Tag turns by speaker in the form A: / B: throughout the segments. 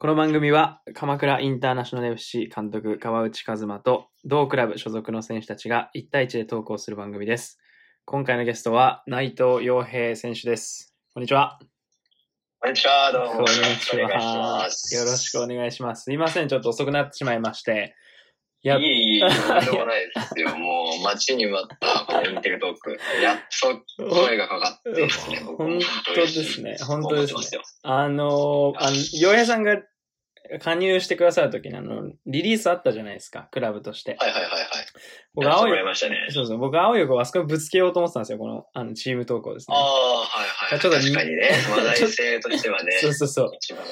A: この番組は鎌倉インターナショナル FC 監督川内和馬と同クラブ所属の選手たちが1対1で投稿する番組です。今回のゲストは内藤洋平選手です。こんにちは。
B: こんにちは、どうも。
A: こんにち
B: よろくお願いし
A: は
B: ま。す
A: よろしくお願いします。すいません、ちょっと遅くなってしまいまして。い
B: い
A: や、
B: えいえいえ、とんでもないですよ。もう、待ちに待った、このインテルトーク。やっと声がかかってですね、僕も
A: 本当ですね本当ですね
B: 思ってますよ
A: あのー、あの、洋平さんが加入してくださるときに、あの、リリースあったじゃないですか、クラブとして。
B: はいはいはいはい。
A: 僕、
B: やって
A: 青
B: もらい
A: い、
B: ましたね。
A: そうそう、僕、青い子をあそこにぶつけようと思ってたんですよ、この、あの、チーム投稿です
B: あ
A: ね。
B: あ、はいはい。
A: ちょっと
B: 確かにね、話題性としてはね、
A: そうそうそう。
B: 一番。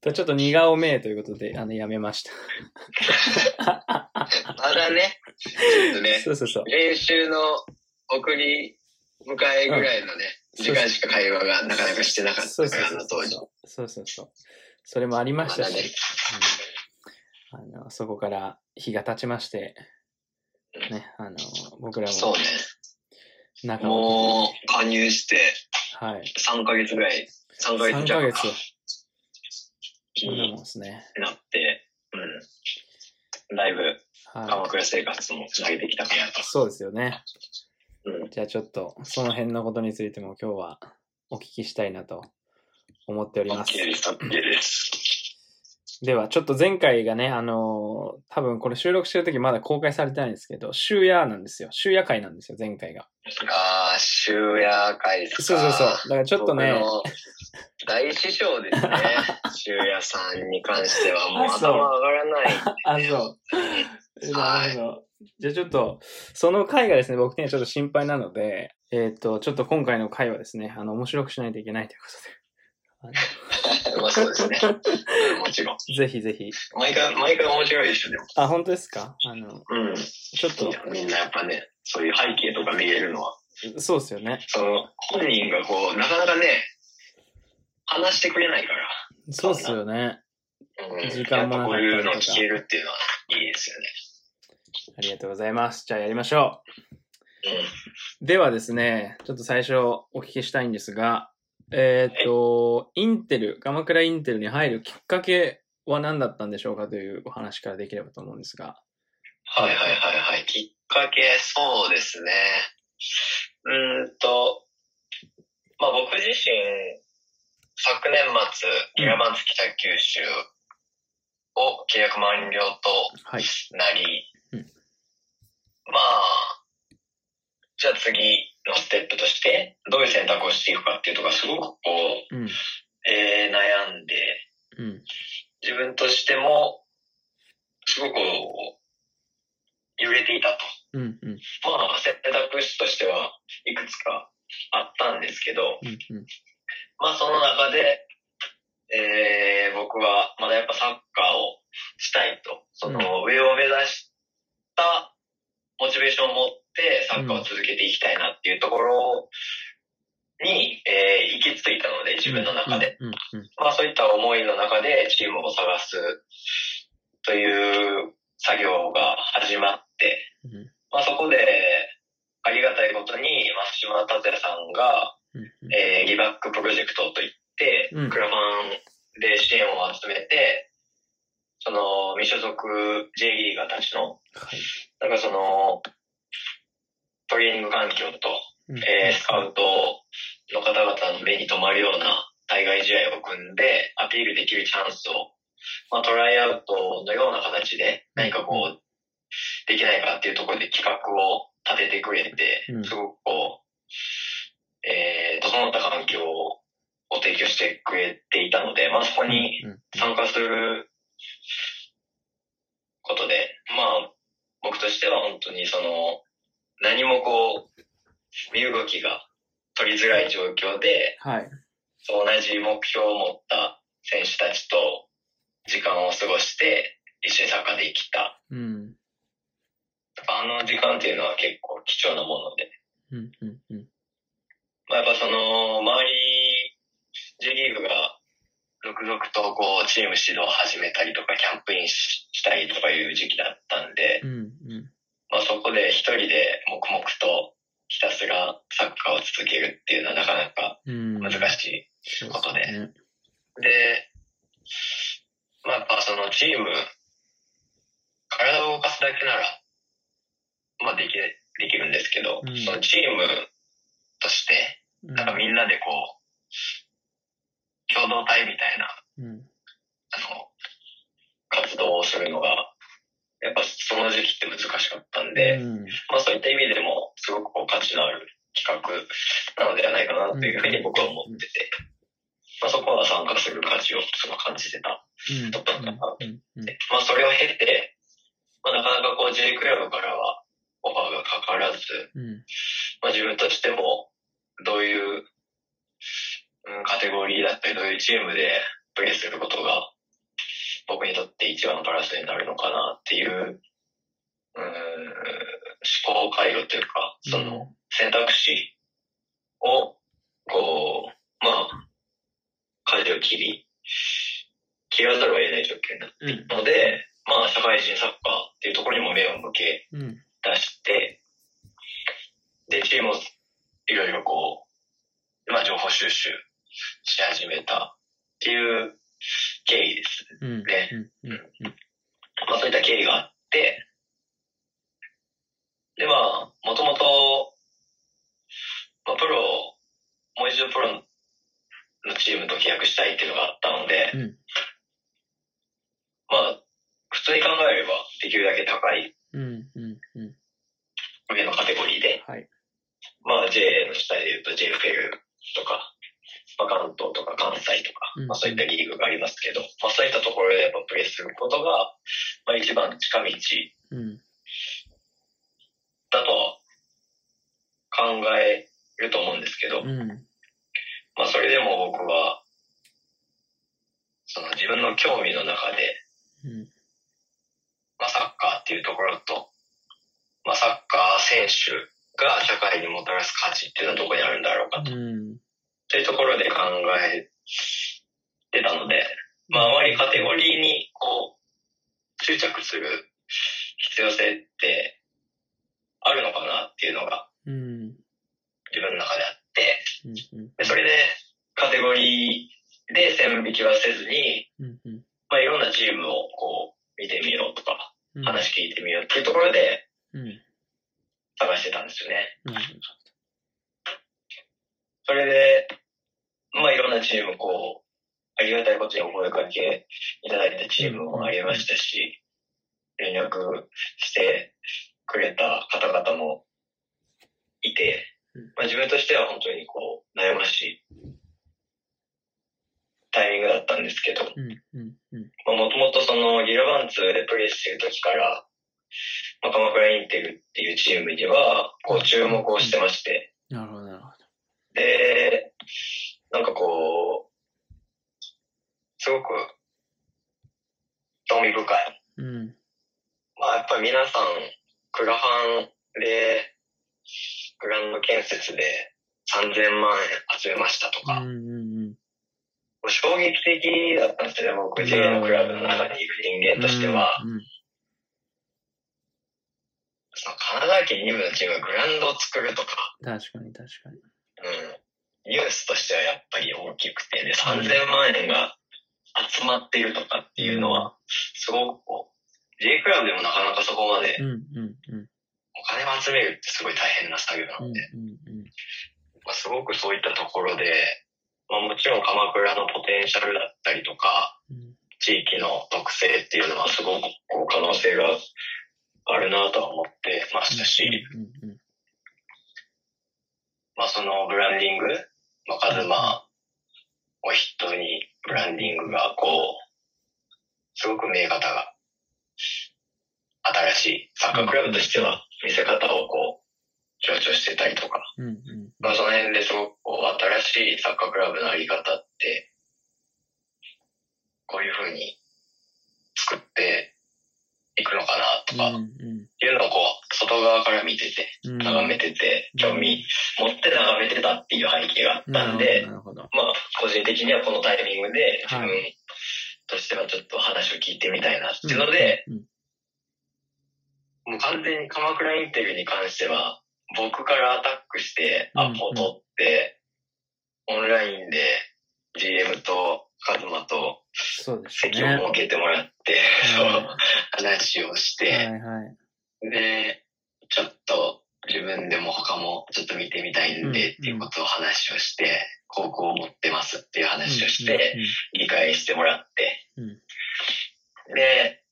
A: とちょっと苦顔めえということで、あの、やめました。
B: まだね、ちょっとね、
A: そうそうそう。
B: 練習の送り迎えぐらいの
A: う
B: ね、
A: ん
B: 時間しか会話がなかなかしてなかった
A: そう
B: か
A: そう
B: ら、あ
A: そう
B: の当時。
A: そうそうそう。それもありました
B: まだね
A: し、うんあのそこから日が経ちまして、ね、あの、僕ら
B: そう
A: も
B: ね。
A: 仲を、
B: もう、加入して、
A: はい。
B: 3ヶ月ぐらい、3ヶ
A: 3
B: 月じゃ
A: ヶ
B: な
A: 月、こんなもん
B: に
A: ですね。
B: なって、うん。だいぶ、鎌
A: はい。
B: 倉生活もつなげてきたかなと。
A: そうですよね。
B: うん。
A: じゃあちょっと、その辺のことについても今日はお聞きしたいなと思っております。
B: OK です、OK です。
A: では、ちょっと前回がね、あのー多分これ収録してる時まだ公開されてないんですけど、週夜なんですよ。週夜会なんですよ、前回が。
B: あー、終夜会ですか。
A: そうそうそう。だからちょっとね
B: 僕、の大師匠で すね。終夜さんに関しては、もう
A: あそう
B: 頭上がらない。
A: あ、そう。
B: は
A: ないるほど。じゃあちょっと、その回がですね、僕にはちょっと心配なので、えっ、と、ちょっと今回の回はですね、あの、面白くしないといけないということで
B: まあそうですね。もちろん。
A: あの。ぜひぜひ。
B: 毎回、毎回面白いですよ、でも。
A: あ、本当ですかあの、
B: うん。
A: ちょっ
B: いやみんなやっぱね、そういう背景とか見えるのは、
A: と、そうですよね。
B: その、本人がこう、なかなかね、話してくれないから。
A: そうっすよね。
B: うん
A: 時間もなかったりとか
B: こういうの聞けるっていうのはいいですよ
A: ありがとうございます。じゃあやりましょ
B: ね。
A: う。ではですね、ちょっと最初お聞きしたいんですが、えっ、と、インテル、鎌倉インテルに入るきっかけは何だったんでしょうかというお話からできればと思うんですが。
B: うん。はいはいはいはい。きっかけ、そうですね。うーんと、まあ僕自身、昨年末、ギガバンツ北九州を契約満了と
A: はい。
B: なり、
A: うん
B: まあ、じゃあ次のステップとして、どういう選択をしていくかっていうとか、すごくこう、
A: うん。
B: えー悩んで、
A: うん。
B: 自分としても、すごくこう揺れていた
A: うん。うん。
B: と。まあ、選択肢としてはいくつかあったんですけど、
A: うんうん
B: まあ、その中で、えー僕はまだやっぱサッカーをしたいと、その上を目指したモチベーションを持ってサッカーを続けていきたいなっていうところに、えー行き着いたので、自分の中で。。
A: うんうん
B: まあそういった思いの中でチームを探すという作業が始まって、
A: うんうん
B: まあそこでありがたいことに松島達也さんが、
A: うんうん
B: えー、ギバックプロジェクトといって、
A: うん
B: クラファンで支援を集めて、その未所属 J リーガーたちの、
A: はい
B: なんかその、トレーニング環境と、
A: うん
B: えースカウトの方々の目に留まるような対外試合を組んで、アピールできるチャンスを、まあ、トライアウトのような形で、何かこう、できないかっていうところで企画を立ててくれ
A: うん
B: て、すごくこう、えー整った環境を提供してくれていたので、まあ、そこに
A: うんうん
B: 参加することで、まあ、僕としては本当にその、何もこう、身動きが取りづらい状況で、
A: はい。
B: そう同じ目標を持った選手たちと時間を過ごして、一緒にサッカーできた。
A: うん。
B: あの時間っていうのは結構貴重なもので。
A: うん。うん。うん。
B: まあ、やっぱその、周り、J リーグが続々とこう、チーム指導を始めたりとか、キャンプインししたりとかいう時期だったんで、
A: うん。うん。
B: まあ、そこで一人で黙々とひたすらサッカーを続けるっていうのはなかなか
A: うん。
B: 難
A: い
B: しい。
A: そう
B: こと
A: ですね。
B: で、ーム、体を動かすだけなら、まあでき、できるんですけど、
A: うん
B: そのチームとして、
A: うん
B: なんかみんなでこう、共同体みたいな、
A: うん。
B: あの、活動をするのが、やっぱその時期って難しかったんで、
A: うん
B: まあそういった意味でも、すごくこう価値のある企画なのではないかなというふうに僕は思ってて、まあそこは参加する価値をすごい感じてた。
A: うんうん
B: でまあそれを経て、まあなかなかこう J クラブからはオファーがかからず、
A: うん
B: まあ自分としても、どういう、うん、カテゴリーだったり、どういうチームでプレーすることが、僕にとって一番プラスになるのかなっていう、うん、思考回路というか、その、選択肢を、こう、まあ、舵を切り、切らざるを得ない状況になる
A: うん
B: ので、まあ、社会人サッカーっていうところにも目を向け
A: うんうん
B: 出して、で、チームをいろいろこう、まあ、情報収集し始めたっていう経緯ですね。
A: うん
B: で
A: うんうん
B: まあ、そういった経緯があって、で、まあ、もともと、まあ、プロ、もう一度プロのチームと契約したいっていうのがあったので、
A: うん
B: まあ、普通に考えれば、できるだけ高い
A: うんうんうん
B: 上のカテゴリーで、
A: はい
B: まあ、J の下で言うと JFL とか、まあ、関東とか関西とか、
A: うん
B: まあ、そういったリーグがありますけど、まあ、そういったところでやっぱプレーすることが、まあ、一番近道
A: うん
B: だとは考えると思うんですけど、
A: うん
B: まあそれでも僕は、その自分の興味の中で、
A: うん
B: まあサッカーっていうところと、まあサッカー選手が社会にもたらす価値っていうのはどこにあるんだろうか
A: う
B: と、
A: ん
B: というところで考えてたので、まああまりカテゴリーにこう、執着する必要性ってあるのかなっていうのが
A: うん
B: 自分の中であって、
A: うんうん
B: でそれで、カテゴリーで線引きはせずに、
A: うんうん
B: まあ、いろんなチームをこう、見てみようとか、
A: うん
B: 話聞いてみようっていうところで
A: うん
B: 探してたんですよね。
A: うん
B: それで、まあ、いろんなチームこう、ありがたいことにお声掛けいただいたチームもありましたし、連絡してくれた方々もいて
A: うん、
B: まあ、自分としては本当にこう、悩ましいタイミングだったんですけど、
A: うんうんうん
B: まあ、もともとそのリラバンツでプレーしてる時から、まあ、鎌倉インテルっていうチームには、こう注目をしてまして、
A: なるほどなるほ
B: で、なんかこう、すごく、興味深い。
A: どうん
B: まあやっぱり皆さん、クラハンで、グラウンド建設で3000万円集めましたと
A: う
B: か、
A: んうん
B: もう衝撃的だったんですよね、僕 J のクラブの中にいる
A: う
B: 人間
A: ん
B: としては。
A: うん
B: その神奈川県2部のチームがグラウンドを作るとか、
A: 確かに確かに
B: うん、ニュースとしてはやっぱり大きくて、で、3000万円が集まっているとかっていうのは、すごくこう、J クラブでもなかなかそこまで
A: うんうんうん
B: お金を集めるってすごい大変な作業な
A: うん
B: ので、
A: うん
B: まあ、すごくそういったところで、まあ、もちろん鎌倉のポテンシャルだったりとか、
A: うん
B: 地域の特性っていうのはすごくこう可能性があるなとは思ってましたし、
A: うんうん
B: まあ、そのブランディング、まあ、カズマを筆頭にブランディングがこう、すごく見え方が、新しいサッカークラブとしては見せ方をこう、強調してたりとか、
A: うんうん
B: まあ、その辺ですごくこう、新しいサッカークラブのあり方って、こういうふうに作っていくのかなと
A: うん
B: か、っていうのをこう、外側から見てて、
A: うん
B: 眺めてて、興味持って眺めてたっていう背景があったんで、
A: なるほどなるほど
B: まあ、個人的にはこのタイミングで、自
A: はい
B: 分としてはちょっと話を聞いてみたいなっていうので、
A: うん
B: もう完全に鎌倉インテルに関しては、僕からアタックして、アポを取って、オンラインで GM とカズマと
A: そうです
B: 席を
A: ね。
B: 設けてもらって、
A: は
B: 話をし
A: い、は
B: て、
A: い、はい。
B: で、ちょっと自分でも他もちょっと見てみたいん
A: うん
B: でっていうことを話をして、高校を持ってますっていう話をして、理解してもらって、
A: うん
B: で、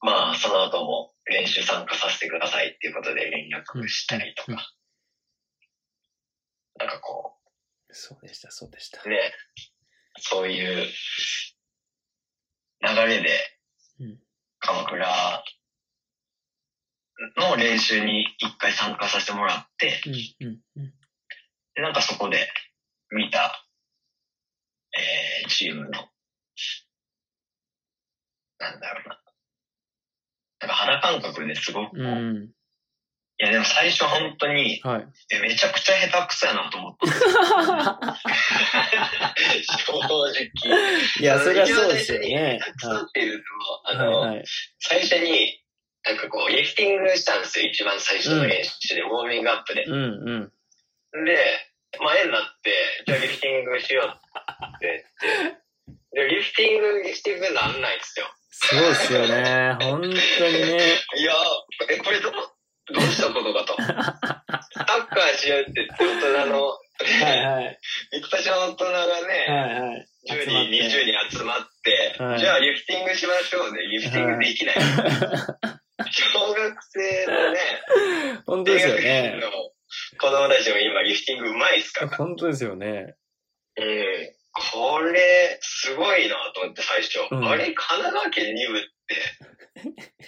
B: まあその後も練習参加させてくださいっていうことで連絡したりと
A: うんうん
B: か、なんかこ
A: そうでした、そうでした
B: う、。ね、そういう流れで
A: うん、
B: 鎌倉の練習に一回参加させてもらって、
A: うん、うん、うん。
B: で、なんかそこで見た、えー、チームの、なんだろうな。なんか肌感覚ですごく、い
A: うん。
B: やでも最初本当に、
A: はい。
B: えめちゃくちゃ下手くそやなと思って、正直。
A: いや、それはそうですよね。
B: 下手くそっていう
A: はい、
B: のも、あの、
A: はい、はい。
B: 最初に、なんかこう、リフティングしたんですよ、一番最初の練習で、ウォーミングアップで。
A: うん、うん。
B: で、前になって、じゃあリフティングしようって言って、で、リフティングしていくなんないんですよ。
A: すごいですよね。本当にね。
B: いやー、え、これどう、どうしたこと かと。サッカーしようって言って、大人の、
A: は い、はい。
B: 一発の大人がね、
A: はい、はい。
B: 10人、20人集まって、
A: はい
B: じゃあリフティングしましょうで、リフティングできない。小学生 のね、
A: 本当
B: 大
A: です
B: 学
A: よ
B: 生
A: ね。
B: の子供たちも今リフティングうまいですから。
A: 本当ですよね。
B: うん。これ、すごいなと思って最初。
A: うん
B: あれ、神奈川県2部って、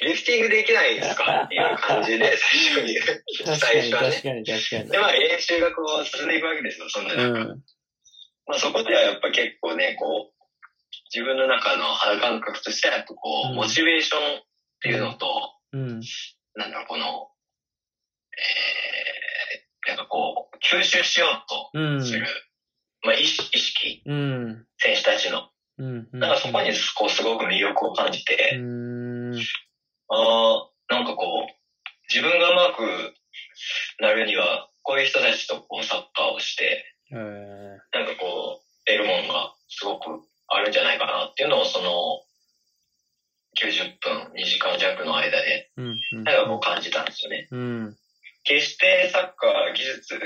B: リフティングできないんですかっていう感じで、最初に。
A: 確か
B: 最
A: に、
B: 初はね
A: 確かに、確
B: で、まあ、練習がこう進んでいくわけですよ、そんな
A: かに。う
B: 中。
A: ん。
B: まあ、そこではやっぱ結構ね、こう、自分の中の肌感覚としては、やっぱこう、
A: うん
B: モチベーションっていうのと、
A: うん。
B: なんだろう、この、えー、なんかこう、吸収しようと
A: うん。
B: する、まあ、意識意識、
A: うん。
B: 選手たちの。
A: うん。
B: なんかそこにこうすごく魅力を感じ
A: う
B: て、
A: ん。
B: ああ、なんかこう、自分がうまくなるには、こういう人たちとこうサッカーをして、
A: え
B: なんかこう、得るもんがすごくあるんじゃないかなっていうのを、その、90分、2時間弱の間で、
A: ーうん。うん
B: なんかこう感じたんですよね。
A: うん。
B: 決してサッカー技術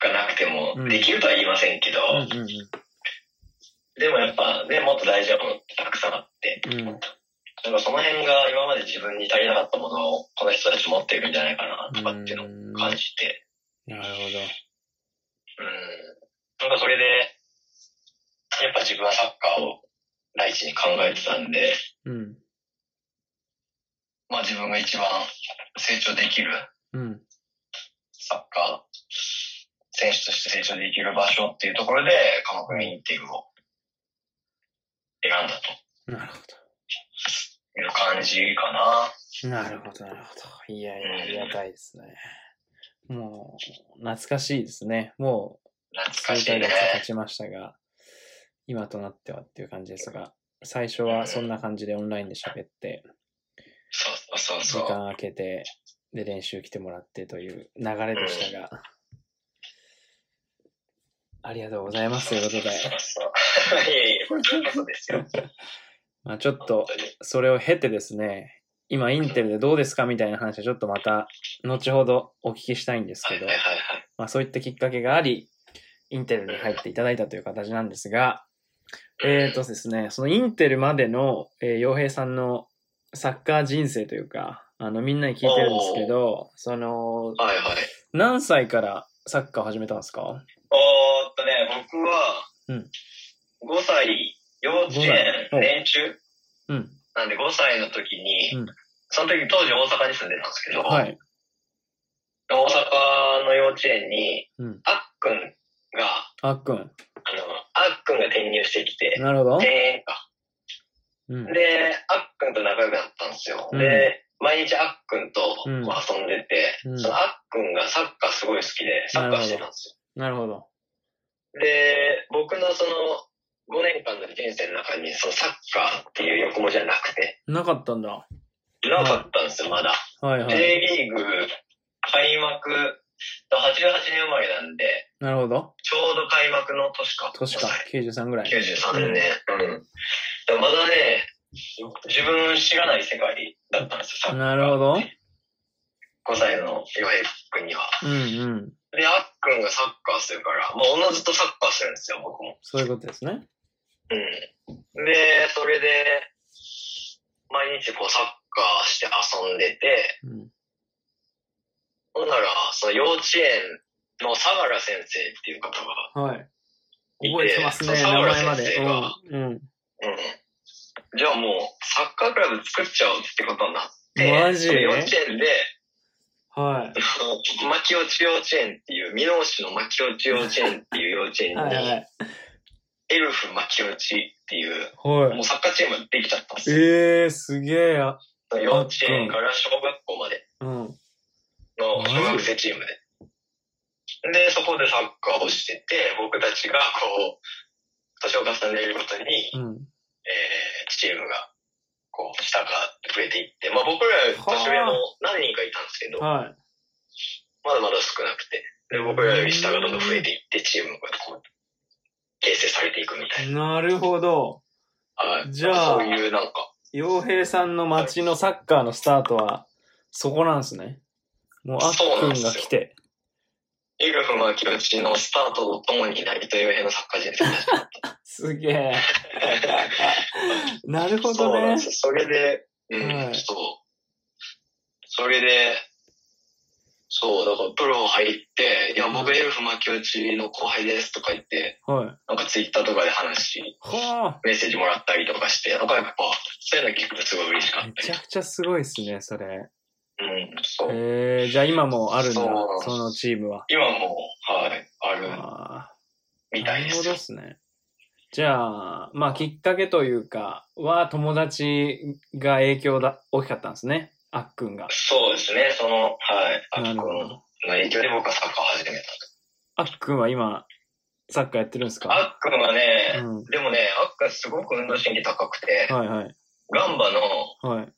B: がなくて
A: う
B: も
A: ん、
B: できるとは言いませんけど、
A: うん。うん
B: でもやっぱね、もっと大事なものってたくさんあって、
A: うん
B: なんかその辺が今まで自分に足りなかったものをこの人たち持ってるんじゃないかなとかっていうのを
A: うん
B: 感じて、
A: なるほど。
B: うん、なんかそれで、やっぱ自分はサッカーを第一に考えてたんで、
A: うん。
B: まあ自分が一番成長できる
A: うん。
B: サッカー選手として成長できる場所っていうところで、鎌倉インテグを選んだと
A: なるほ
B: いう感じかな。
A: ど。なるほど、なるほど。いやいや、ありがたいですね。もう、懐かしいですね。もう、数
B: 懐か
A: ヶ
B: し
A: 月
B: いね。
A: 経ちましたが、今となってはっていう感じですが、最初はそんな感じでオンラインで喋って、
B: そうそう
A: 時
B: そうそう。
A: 間空けて、で、練習来てもらってという流れでしたが、ありがとうございますということで、
B: そうそう。いやいや、これこそですよ。
A: まあちょっ
B: 本
A: と、
B: 当に。
A: それを経てですね、今インテルでどうですかみたいな話はちょっとまた、後ほどお聞きしたいんです
B: は
A: け
B: い
A: ど
B: はいは、いはい。
A: まあそういったきっかけがあり、インテルに入っていただいたという形なんですが、えっ、ー、とですね、そのインテルまでの、えー、洋平さんのサッカー人生というか、あの、みんなに聞いてるんですけど、その、
B: はいはい。
A: 何歳からサッカーを始めたんですか
B: おーっとね、僕は、
A: うん
B: 5歳、幼稚
A: 五歳お
B: 園、年中
A: うん。
B: なんで5歳の時に、
A: うん
B: その時当時大阪に住んでたんですけど、
A: はい。
B: 大阪の幼稚園に、
A: うん。
B: あっくんが、
A: あっくん。
B: あの、あっくんが転入してきて、
A: なるほど。
B: 転園か。
A: うん。
B: で、あっくんと仲良くなったんですよ。
A: うん
B: で、毎日あっくんとこう
A: うん
B: 遊んでて、
A: うん
B: そのあっくんがサッカーすごい好きで、サッカーしてたんですよ。
A: なるほど。
B: で、僕のその5年間の人生の中に、そのサッカーっていう横文字はなくて、
A: なかったんだ。
B: なかったんですよ、まだ。
A: はいはい。
B: J リーグ開幕88年生まれなんで、
A: なるほど。
B: ちょうど開幕の年か。
A: 年か、93ぐらい。
B: 93年ね。うん。だからまだね、自分知らない世界だったんですよ、
A: なるほど。
B: 5歳の洋平君には。
A: うんうん。
B: で、あっくんがサッカーするから、まあ、おのずとサッカーするんですよ、僕も。
A: そういうことですね。
B: うん。で、それで、毎日こうサッカーして遊んでて、
A: うん。
B: ほんなら、その幼稚園の相良先生っていう方が、
A: はい。
B: いいね
A: 覚えてますね、
B: そう
A: 名前まで。
B: 沢村
A: うん。うん。
B: うん。じゃあもう、サッカークラブ作っちゃおうってことになって、
A: マジ
B: その幼稚園で、
A: は
B: 牧落ち幼稚園っていう、箕面市の牧落ち幼稚園っていう幼稚園
A: い。
B: に、
A: はいはい。
B: エルフ牧落ちっていう、
A: は
B: も
A: い。
B: うサッカーチームできちゃったんですよ。
A: えー、すげえ。あ
B: 幼稚園から小学校まで
A: うん。
B: の小学生チームで。で、そこでサッカーをしてて、僕たちがこう、年を重ねるごとに、
A: うん。
B: えー、チームが、こう、下が増えていって、まあ僕らより年上も何人かいたんですけど、
A: は
B: まだまだ少なくて、で僕らより下がどんどん増えていって、チームがこう、形成されていくみたい
A: い。なるほど。
B: な。はい
A: じゃあ
B: そういうなんか、
A: 洋平さんの街のサッカーのスタートは、そこなんですね。もう、あっ
B: そう
A: く
B: なんで
A: ん
B: す
A: が
B: よ
A: 来て。
B: エルフマキロチのスタートとともに、ナイトヨヘのサッカー人生が始まった。
A: すげえ。 なるほ
B: そ
A: ど
B: うな
A: ね
B: んで。すよ。それで、うん、
A: はい
B: そう。それで、そう、だからプロ入って、いや、僕エルフマキロチの後輩ですとか言って、
A: はい。
B: なんかツイッターとかで話、
A: は
B: メッセージもらったりとかして、なんかやっぱ、そういうの聞くとすごい嬉しか
A: あ。
B: っ
A: め
B: た
A: ち
B: り
A: ゃ。くちゃすごいですね、それ。
B: うん、そう。
A: えー、じゃあ今もあるんだ
B: そう、
A: そのチームは。
B: 今も、はい、ある
A: ああ。
B: みたい
A: な
B: で
A: るほ
B: す
A: ど
B: よ
A: で。すね。じゃあ、まあ、きっかけというか、は、友達が影響だ、大きかったんですね。あっくんが。
B: そうですね、その、はい、あ
A: な
B: き
A: る
B: こ
A: ほ
B: の
A: ど。
B: 影響で僕はサッカー始めた。
A: あっくんは今、サッカーやってるんですか
B: あっくんはね、
A: うん。
B: でもね、あっくんすごく運動神経高くて、
A: はいはい。
B: ガンバの
A: はい。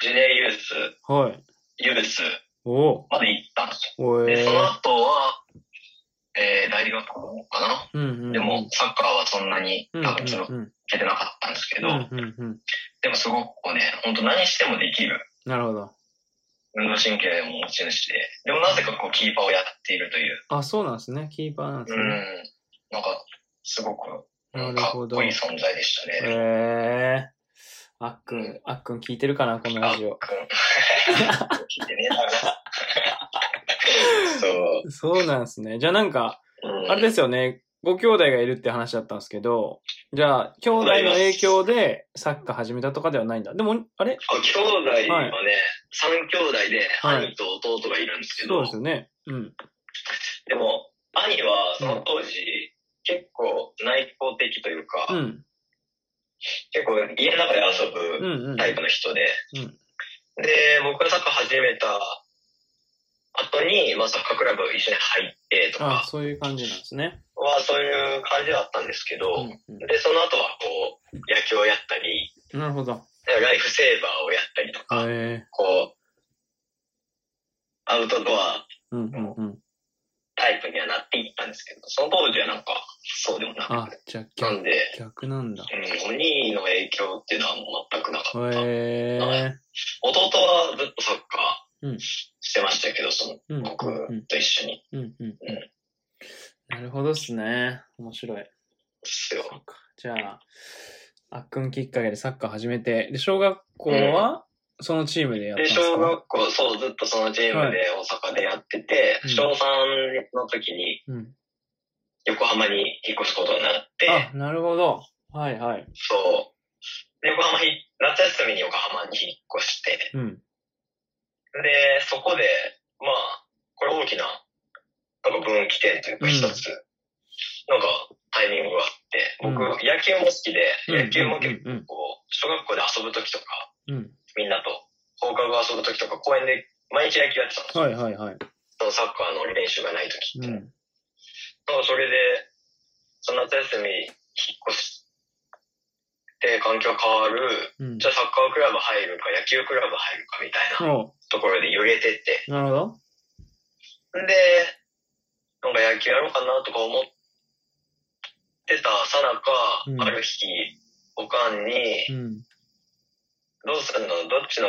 B: ジュネユース、
A: はい。
B: ユース
A: お
B: まで行ったんです
A: お。お
B: よ。
A: え
B: で、その
A: ー。
B: 後は、えー、大学かな、
A: うんうんうん。
B: でも、サッカーはそんなに
A: うんう
B: 多分続
A: んうん。
B: けてなかったんですけ
A: う
B: ど、
A: んうんうん。
B: でもすごくこうね、本当何してもできる
A: なるほど。
B: 運動神経も持ち主で、でもなぜかこうキーパーをやっているという、
A: あ、そうなんですね。キーパーなんで
B: う
A: す
B: ん
A: ね。、
B: なんか、すごく、
A: なる
B: か
A: ほ
B: っ
A: ど。
B: こいい
A: え
B: 存在でしたね。
A: ー。あっくん、あっくん聞いてるかなこのラジオ。
B: 聞いてねえだろ。 そう。
A: そうなんですね。じゃあなんか、
B: うん
A: あれですよね。ご兄弟がいるって話だったんですけど、じゃあ、兄弟の影響でサッカー始めたとかではないんだ。でも、あれ
B: あ兄弟はね、三3兄弟で
A: はい
B: 兄と弟がいるんですけど、
A: そうですよね。うん。
B: でも兄はその当時、結構内向的というか、
A: うん。
B: 結構家の中で遊
A: う
B: ぶ
A: んうん。
B: タイプの人で、
A: うん
B: で、僕がサッカー始めた後に、まあ、サッカークラブ一緒に入ってと
A: あ
B: か
A: そういう感じなんですね。
B: はそういう感じだったんですけど、
A: うんう
B: で、その後はこう、野球をやったり、
A: ん。なるほど。
B: ライフセーバーをやったりとか、
A: え
B: こう、アウトドア
A: ー、うんうんうん。
B: タイプにはなっていったんですけど、その当時はなんか、そうでもなか
A: あ
B: っ、
A: じゃあ
B: た。なん
A: 逆、
B: で、
A: 逆なんだ。
B: うん、お兄の影響っていうのはもう全くなかった。
A: えー、
B: 弟はずっとサッカ
A: う
B: ー
A: ん
B: してましたけど、そ
A: うんうん
B: の
A: うん
B: 僕と一緒に。
A: うんうんうん。なるほどっすね。面白い。
B: ですよ。
A: そうかじゃあ、あっくんきっかけでサッカー始めて、で、小学校は、そのチームでやったん
B: で、
A: ですか、
B: 小学校、そう、ずっとそのチームで大阪でやってて、
A: うん
B: 小3の時に
A: うん。
B: 横浜に引っ越すことになって、
A: あ、なるほど。はいはい。
B: そう。で横浜に、夏休みに横浜に引っ越して、
A: うん。
B: で、そこで、まあ、これ大きな、なんか分岐点というか
A: うん
B: 一つ、なんかタイミングがあって、僕、
A: うん
B: 野球も好きで、
A: うん
B: 野球も結
A: うんうんうん
B: 構、小学校で遊ぶときとか、
A: うん。
B: みんなと、放課後遊ぶときとか、公園で毎日野球やってたんですよ
A: はいはいはい。
B: そのサッカーの練習がないとき
A: う
B: って。
A: ん。
B: なんかそれで、その夏休み引っ越して、環境変わる、
A: うん
B: じ。ゃあサッカークラブ入るか野球クラブ入るかみたいな
A: お
B: ところで揺れてって、
A: なるほど。
B: で、なんか野球やろうかなとか思ってたさなか、
A: うん
B: ある日、おかんに、
A: うん。
B: どうするのどっちの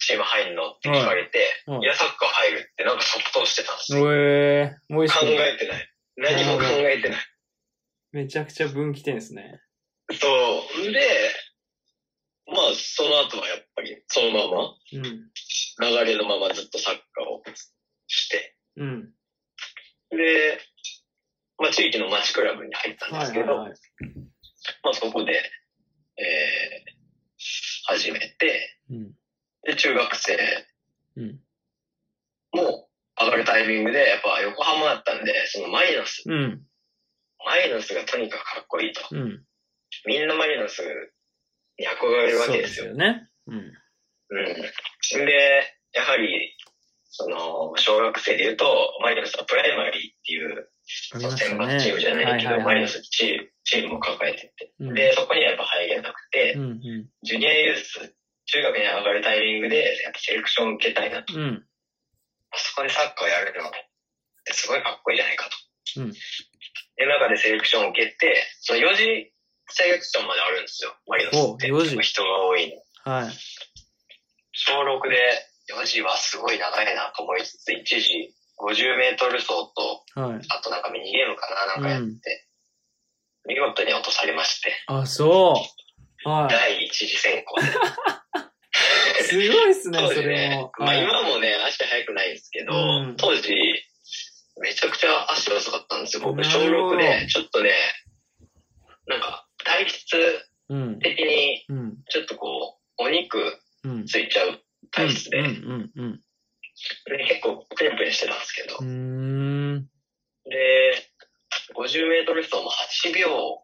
B: チーム入んのって聞かれて、
A: うんうん
B: いや、サッカー入るってなんか即答してたんですよ。
A: えー、もう一
B: 考
A: 個。
B: えてない。何も考えてない。
A: めちゃくちゃ分岐点ですね。
B: そう。で、まあ、その後はやっぱり、そのま
A: うん。
B: ま、流れのままずっとサッカーをして、
A: うん。
B: で、まあ、地域の町クラブに入ったんですけど、
A: い。
B: まあ、そこで、えー、始めて、
A: うん。
B: で、中学生
A: うん。
B: も上がるタイミングで、やっぱ横浜だったんで、そのマイナス、
A: うん。
B: マイナスがとにかくかっこいいと。
A: うん。
B: みんなマイナスに憧れるわ
A: そう
B: けで
A: ですす
B: よ。
A: よね。うん。
B: うん。で、やはり、その、小学生で言うと、マイナスはプライマリーっていう、
A: ありまし
B: 選
A: た
B: 抜チームじゃ
A: ね。
B: ないけど、マイナ
A: い。
B: スチームチームを抱えてて。
A: うん
B: で、そこにはやっぱ入れなくて、
A: うん。うん。
B: ジュニアユース、中学に上がるタイミングで、やっぱセレクション受けたいなと。
A: うん。
B: そこでサッカーをやるのってすごいかっこいいじゃないかと。
A: うん
B: で、中でセレクションを受けて、その4時セレクションまであるんですよ。マリノスって。
A: おう4時
B: 人が多いの。
A: はい。
B: 小6で4時はすごい長いなと思いつつ、1時50メートル走と、
A: はい。
B: あとなんかミニゲームかななんかやって、見事に落とされまして、
A: あ、そう。はい。
B: 第1次選考で。
A: すごいっすね
B: 当、
A: そ
B: 時
A: れ
B: ね
A: も。、
B: ま
A: は
B: あ
A: い
B: 今もね、足速くないんですけど、
A: うん
B: 当時、めちゃくちゃ足が遅かったんですよ。僕、
A: な
B: 小
A: るほど
B: 6で、ちょっとね、なんか、体質
A: うん。
B: 的に、
A: うん。
B: ちょっとこう、お肉
A: うん。
B: ついちゃう体質で、
A: うん。うん。
B: で結構プレンプレンしてたんですけど
A: う、ん。う
B: で、50メートル走も8秒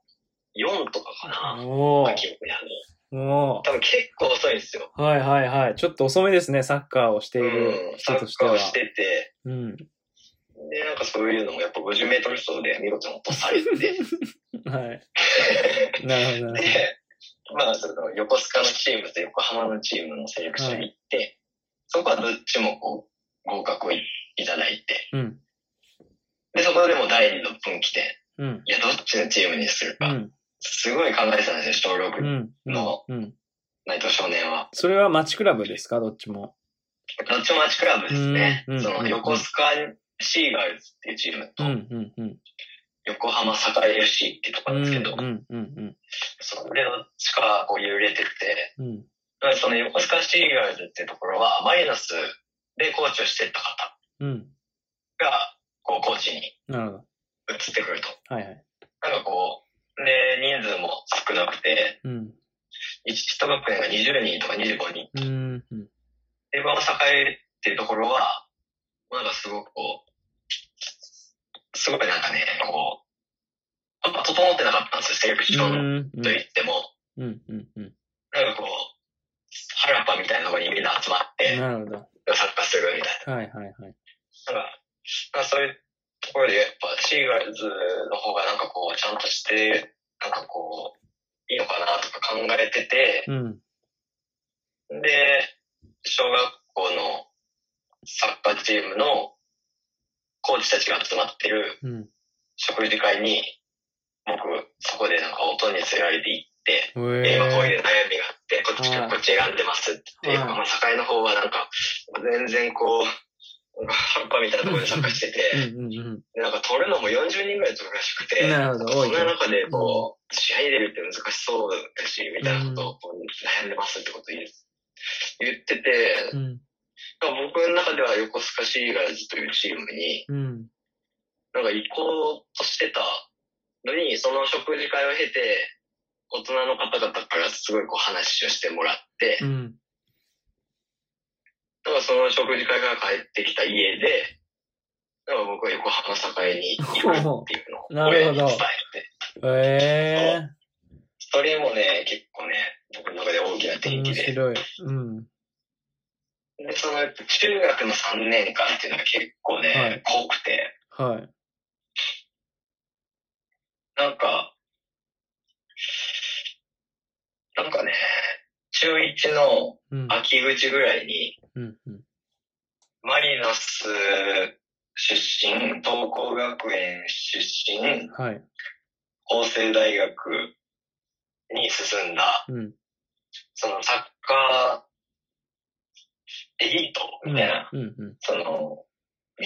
B: 4とかか
A: ー
B: な、
A: ん。おー。
B: 記憶にある
A: お
B: 多分結構遅いんですよ。
A: ー。はいはいはい。ちょっと遅めですね、サッカーをしていうる
B: ん、サ
A: 人と
B: ッ
A: して
B: カ
A: は
B: ーを。してて、
A: うん。
B: で、なんかそういうのもやっぱ50メートル走で見事に落とされて、
A: はい。なるほどなる
B: で、まあその横須賀のチームと横浜のチームのセレクションに行って、そこはどっちもこう合格をいただいて、
A: ほど。うん。
B: で、そこでもう第二の分岐点、
A: うん。
B: いや、どっちのチームにする
A: う
B: か、
A: ん。
B: すごい考えてたんですよ、小
A: う
B: 6、
A: ん。うん。
B: 内藤少年は。
A: それは町クラブですか、どっちも。
B: どっちもマチクラブですね。
A: うんうん
B: その横須賀シーガールズっていうチーム
A: う
B: と、
A: ん。うん。うん。
B: 横浜栄 FC っていうとこ
A: う
B: ろ
A: ん。
B: なんですけ
A: う
B: ど、
A: ん。うん。
B: それどっちかがこう揺れてて、
A: うん。
B: その横須賀シーガールズっていうところは、マイナスでコーチをしてた方
A: うん。
B: が、こう、コーチに
A: なるほ
B: 移ってくると。
A: ど。はいはい。
B: なんかこう、で、人数も少なくて、
A: うん。
B: 一学年が20人とか25人。
A: うん。うん。
B: で、まあ、栄っていうところは、なんかすごくこう、すごいなんかね、こう、あんま整ってなかったんですよ、セレクション
A: うん。
B: といっても。
A: うん。うん。うん。
B: なんかこう、原っぱみたいなところにみんな集まって、
A: なるほど。
B: サッカーするみたいな。
A: はいはいはい。
B: なんか、まあ、そういうところで、やっぱシーガールズの方がなんかこう、ちゃんとして、なんかこう、いいのかなとか考えてて、
A: うん。
B: で、小学校のサッカーチームのコーチたちが集まってる
A: うん。
B: 食事会に、僕、そこでなんか音に連れられて行って、
A: え
B: いや今こういう悩みがあって、こっち
A: は
B: か
A: い
B: こっち選んでますって言って、
A: はい
B: まあ、境の方はなんか、全然こう、なんか葉っぱみたいなところでサッカーしてて、
A: うんうんうん。
B: でなんか取るのも40人ぐらい取るらしくて、
A: なるほど、多
B: そ
A: い
B: ん
A: と
B: な。中でこう、試合に出るって難しそうだし、みたいなことをこう悩んでますってこと言う言ってて、
A: うん。
B: 僕の中では横須賀シーガーズというチームに、
A: うん。
B: なんか行こうとしてたのに、その食事会を経て、大人の方々からすごいこう話をしてもらって、
A: うん。
B: なんかその食事会から帰ってきた家で、なんか僕は横浜栄に行くっていうのを親に伝えて、
A: え
B: それもね、結構ね、僕の中で大きな
A: え
B: 転
A: 面
B: 機で。
A: 白い。うん。
B: で、そのやっぱ中学の3年間っていうのが結構ね、
A: はい
B: 濃くて、
A: はい。
B: なんか、なんかね、中1の
A: うん。
B: 秋口ぐらいに、
A: うん。うん。
B: マリノス出身、桐光学園出身、
A: はい。
B: 法政大学に進んだ、
A: うん。
B: そのサッカーエリート
A: う
B: み
A: ん。
B: たいな、
A: うん。
B: その、道を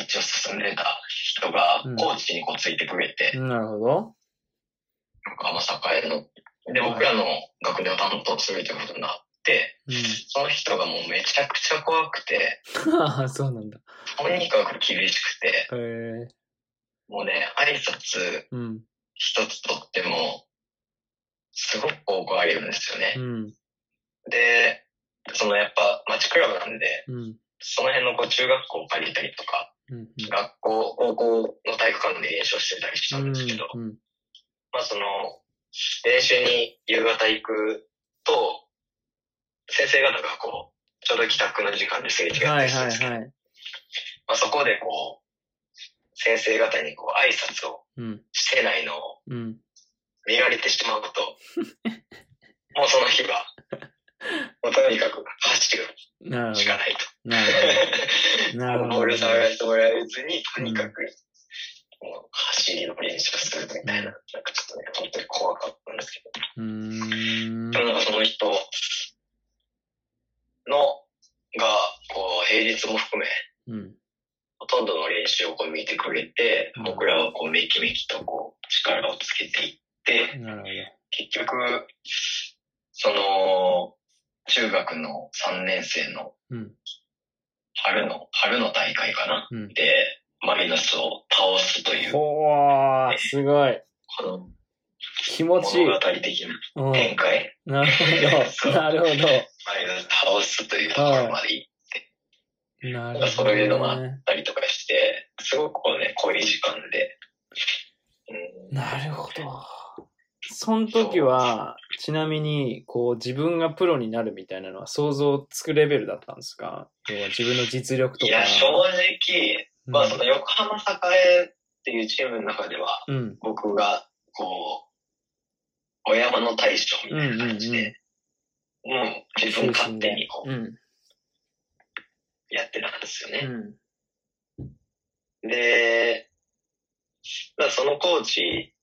B: 進んでた人が
A: うん、
B: コーチにこうついてくれて、
A: うん。なるほど。
B: 僕はまさかへの。で、僕らの学年を担当するということになって、
A: う
B: その人がもうめちゃくちゃ怖くて、
A: ん。ああ、そうなんだ。
B: とにかく厳しくて、
A: へえ。
B: もうね、挨拶
A: うん。
B: 一つとっても、すごく怒られるんですよ
A: う
B: ね。
A: ん。
B: で、そのやっぱ町クラブなんで、
A: うん。
B: その辺のこう中学校を借りたりとか、
A: うん。
B: 学校、高校の体育館で練習をしてたりしたんですけど、
A: うん。
B: まあその、練習に夕方行くと、先生方がこう、ちょうど帰宅の時間ですれ違った
A: は
B: り
A: い
B: するん
A: は
B: ですけど、
A: いはい。
B: まあそこでこう、先生方にこう挨拶を
A: うん。
B: してないのを
A: うん。
B: 見られてしまうと、 もうその日は、もうとにかく走る
A: なるほ
B: しかない
A: ど。なるほ
B: と。
A: ど。 なる
B: もうボ
A: ほ
B: ー
A: ど
B: ル。触らせてもらえずに、とにかく、もう走りの練習をするみたいな、なんかちょっとね、本当に怖かったんですけど。
A: うーん
B: で。もなんかその人の、が、こう、平日も含め、
A: うん。
B: ほとんどの練習をこう見てくれて
A: うん、
B: 僕らはこう、めきめきとこう、力をつけていって、
A: なる
B: 結局、その、中学の3年生の
A: ほど。うん。
B: 春の、春の大会かな
A: うん。
B: で、マリノスを倒すという、
A: ほー、すごい。
B: この
A: 気持ちい
B: 物
A: い。
B: 語的な
A: うん。
B: 展開、
A: なるほど。なるほど。
B: マリノスを倒すというところまで行っ
A: なる
B: なん
A: ほ
B: かそ
A: ど、
B: ういうのが
A: ね。
B: たりとかして、すごくこうね、濃い時間で。うん
A: なるほど。その時は、ちなみに、こう、自分がプロになるみたいなのは想像つくレベルだったんですか要は自分の実力と
B: い
A: か。
B: や、正直、
A: うん
B: まあその横浜栄っていうチームの中では、
A: うん。
B: 僕が、こう、お山の大将みたいな感じで、もう自分勝手にこ
A: うん。うん。
B: うやってたんですよ
A: う
B: ね。
A: ん
B: で、まあそのコーチ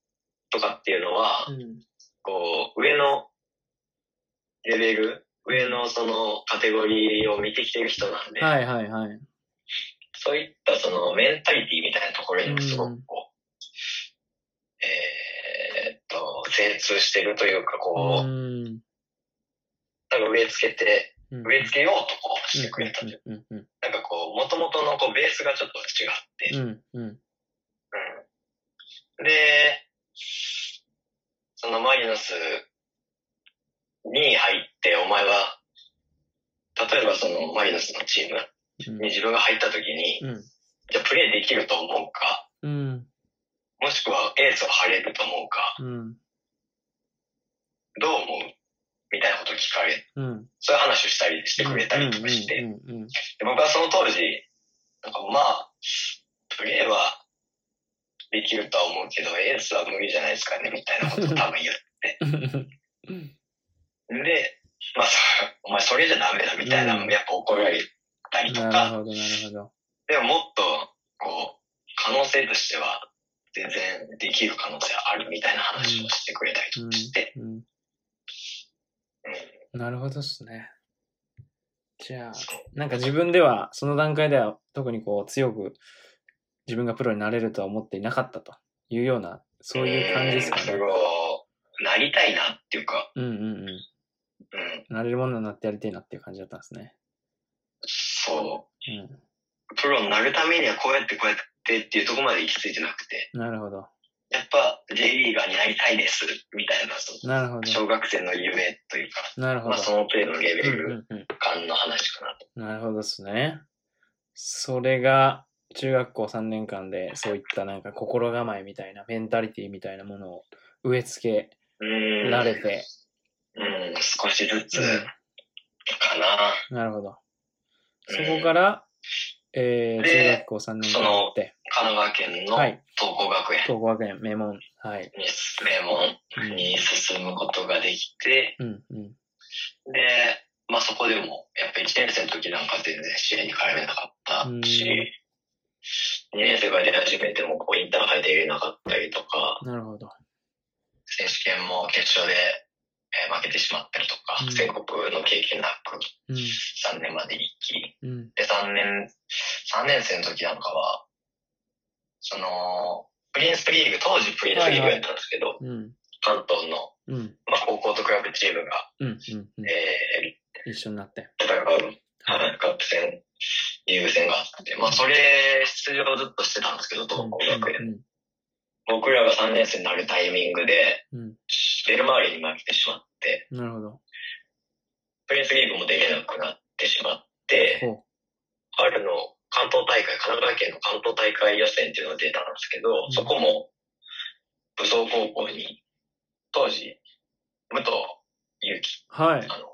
B: とかっていうのは、
A: うん。
B: こう、上のレベル、上のそのカテゴリーを見てきてる人なんで、
A: はいはいはい。
B: そういったそのメンタリティみたいなところにもすごくこう、えーっと、精通してるというか、こう、
A: ん。
B: なんか植え付けて、
A: うん
B: 植え付けようとこうしてくれたという。
A: うんうん
B: なんかこう、元々のこうベースがちょっと違って、
A: うんうんうん
B: うんで、そのマリノスに入って、お前は、例えばそのマリノスのチーム
A: うん
B: に自分が入った時に、
A: うん
B: じゃあプレイできると思うか、
A: うん
B: もしくはエースを張れると思うか、
A: うん
B: どう思うみたいなことを聞かれ、
A: うん
B: そういう話をしたりしてくれたりとかして、
A: うんうん
B: で僕はその当時、なんかまあ、プレーはできるとは思うけど、エースは無理じゃないですかね、みたいなことを多分言っ
A: うん
B: で、まあ、そお前それじゃダメだみたいなの
A: う
B: も
A: ん
B: やっぱ怒られたりと
A: なる
B: か、
A: ほどなるほど。
B: でももっと、こう、可能性としては、全然できる可能性あるみたいな話をしてくれたりとかして、
A: うんうんなるほどっすね。じゃあ、なんか自分では、その段階では特にこう強く自分がプロになれるとは思っていなかったというような、そういう感じですか
B: うん
A: ね。
B: こうなりたいなっていうか、
A: うんうんう
B: うん、
A: ん。なれるものになってやりたいなっていう感じだったんですね。
B: そう。プロになるためにはこうやってこうやってっていうところまで行き着いてなくて、
A: うん。なるほど。
B: やっぱ J リーガーになりたいです、みたいな、その
A: なるほど。
B: 小学生の夢というか、
A: なるほ
B: ま
A: ど
B: あ。その程度のレベ
A: うん
B: ル
A: うんうん。
B: 感の話かなと。
A: なるほどですね。それが中学校3年間でそういったなんか心構えみたいなメンタリティみたいなものを植え付
B: うん
A: けられて、
B: うん、少しずつかな。
A: なるほど。そ
B: うん
A: こから、えー
B: で
A: 中学校3年間になって、
B: 神奈川県の
A: はい
B: 東光学園
A: 東学園、名門、はい。
B: に、名門に進むことができて、
A: うん、うん、
B: で、まあそこでも、やっぱ1年生の時なんか全然試合に絡めなかったし、
A: うん
B: 2年生から出始めても、こう、インターハイでなかったりとか、
A: なるほど。
B: 選手権も決勝で、えー負けてしまったりとか、
A: うん
B: 全国の経験なく、
A: うん。
B: 3年まで一気に。
A: うん。
B: で、3年、3年生の時なんかは、その、プリンスプリーグ、当時プリンスリーグやったんですけど、
A: うん。
B: 関東の、
A: うん。
B: まあ、高校とクラブチームが、
A: うん。うん。うん
B: え
A: 一緒になって。
B: ー、戦う
A: はい。
B: カップ戦、優戦があって、まあそれ出場ずっとしてたんですけど、東校学園。
A: う
B: 僕らが3年生になるタイミングで、
A: ん。うん。
B: 出る周りに負けてしまって、
A: なるほど。
B: プリンスリーグも出れなくなってしまって、
A: ほ
B: 春の関東大会、神奈川県の関東大会予選っていうのが出たんですけど
A: う、ん
B: そこも、武装高校に、当時、武藤祐樹、
A: う。はい。
B: あの、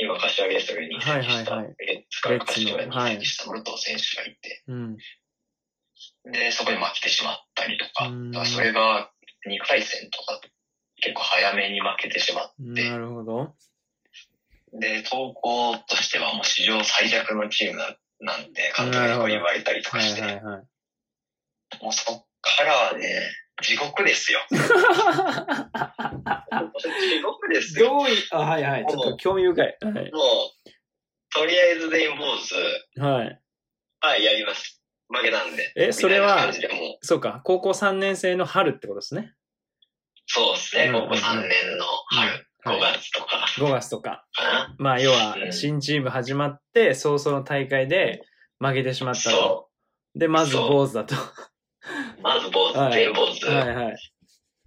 B: 今、柏レッスルに移籍した、
A: はいはいは
B: レッツから柏レ
A: レッ
B: に
A: ツのはい
B: 移籍した武藤選手がいて、
A: うん。
B: で、そこに負けてしまったりとか、
A: うん
B: だからそれが2回戦とか、結構早めに負けてしまっ
A: なるほど。
B: て、東校としてはもう史上最弱のチームななんで、監督
A: なる
B: に
A: ほ
B: こ
A: ど
B: う言われたりとか
A: は
B: して、
A: いはいはい。
B: もうそっからはね、地獄ですよ。 地獄ですよ。
A: どうい、あ、はいはい。ちょっと興味深い。はい。
B: もう、とりあえずレインボーズ、
A: はい。
B: はい、やります。負けなんで。
A: えそれは
B: みたいな感じでもう
A: そうか。高校3年生の春ってことですね。
B: そうですね、
A: うん
B: ここ3年の春、
A: うんはい
B: 5月とか
A: 5月とか。
B: かな。
A: まあ、要
B: う
A: は、
B: ん
A: 新チーム始まって、早々の大会で負けてしまったと。
B: そ
A: で、まず
B: そう
A: 坊主だと。
B: う。まず坊主、
A: はい
B: 全坊主。
A: はいはい。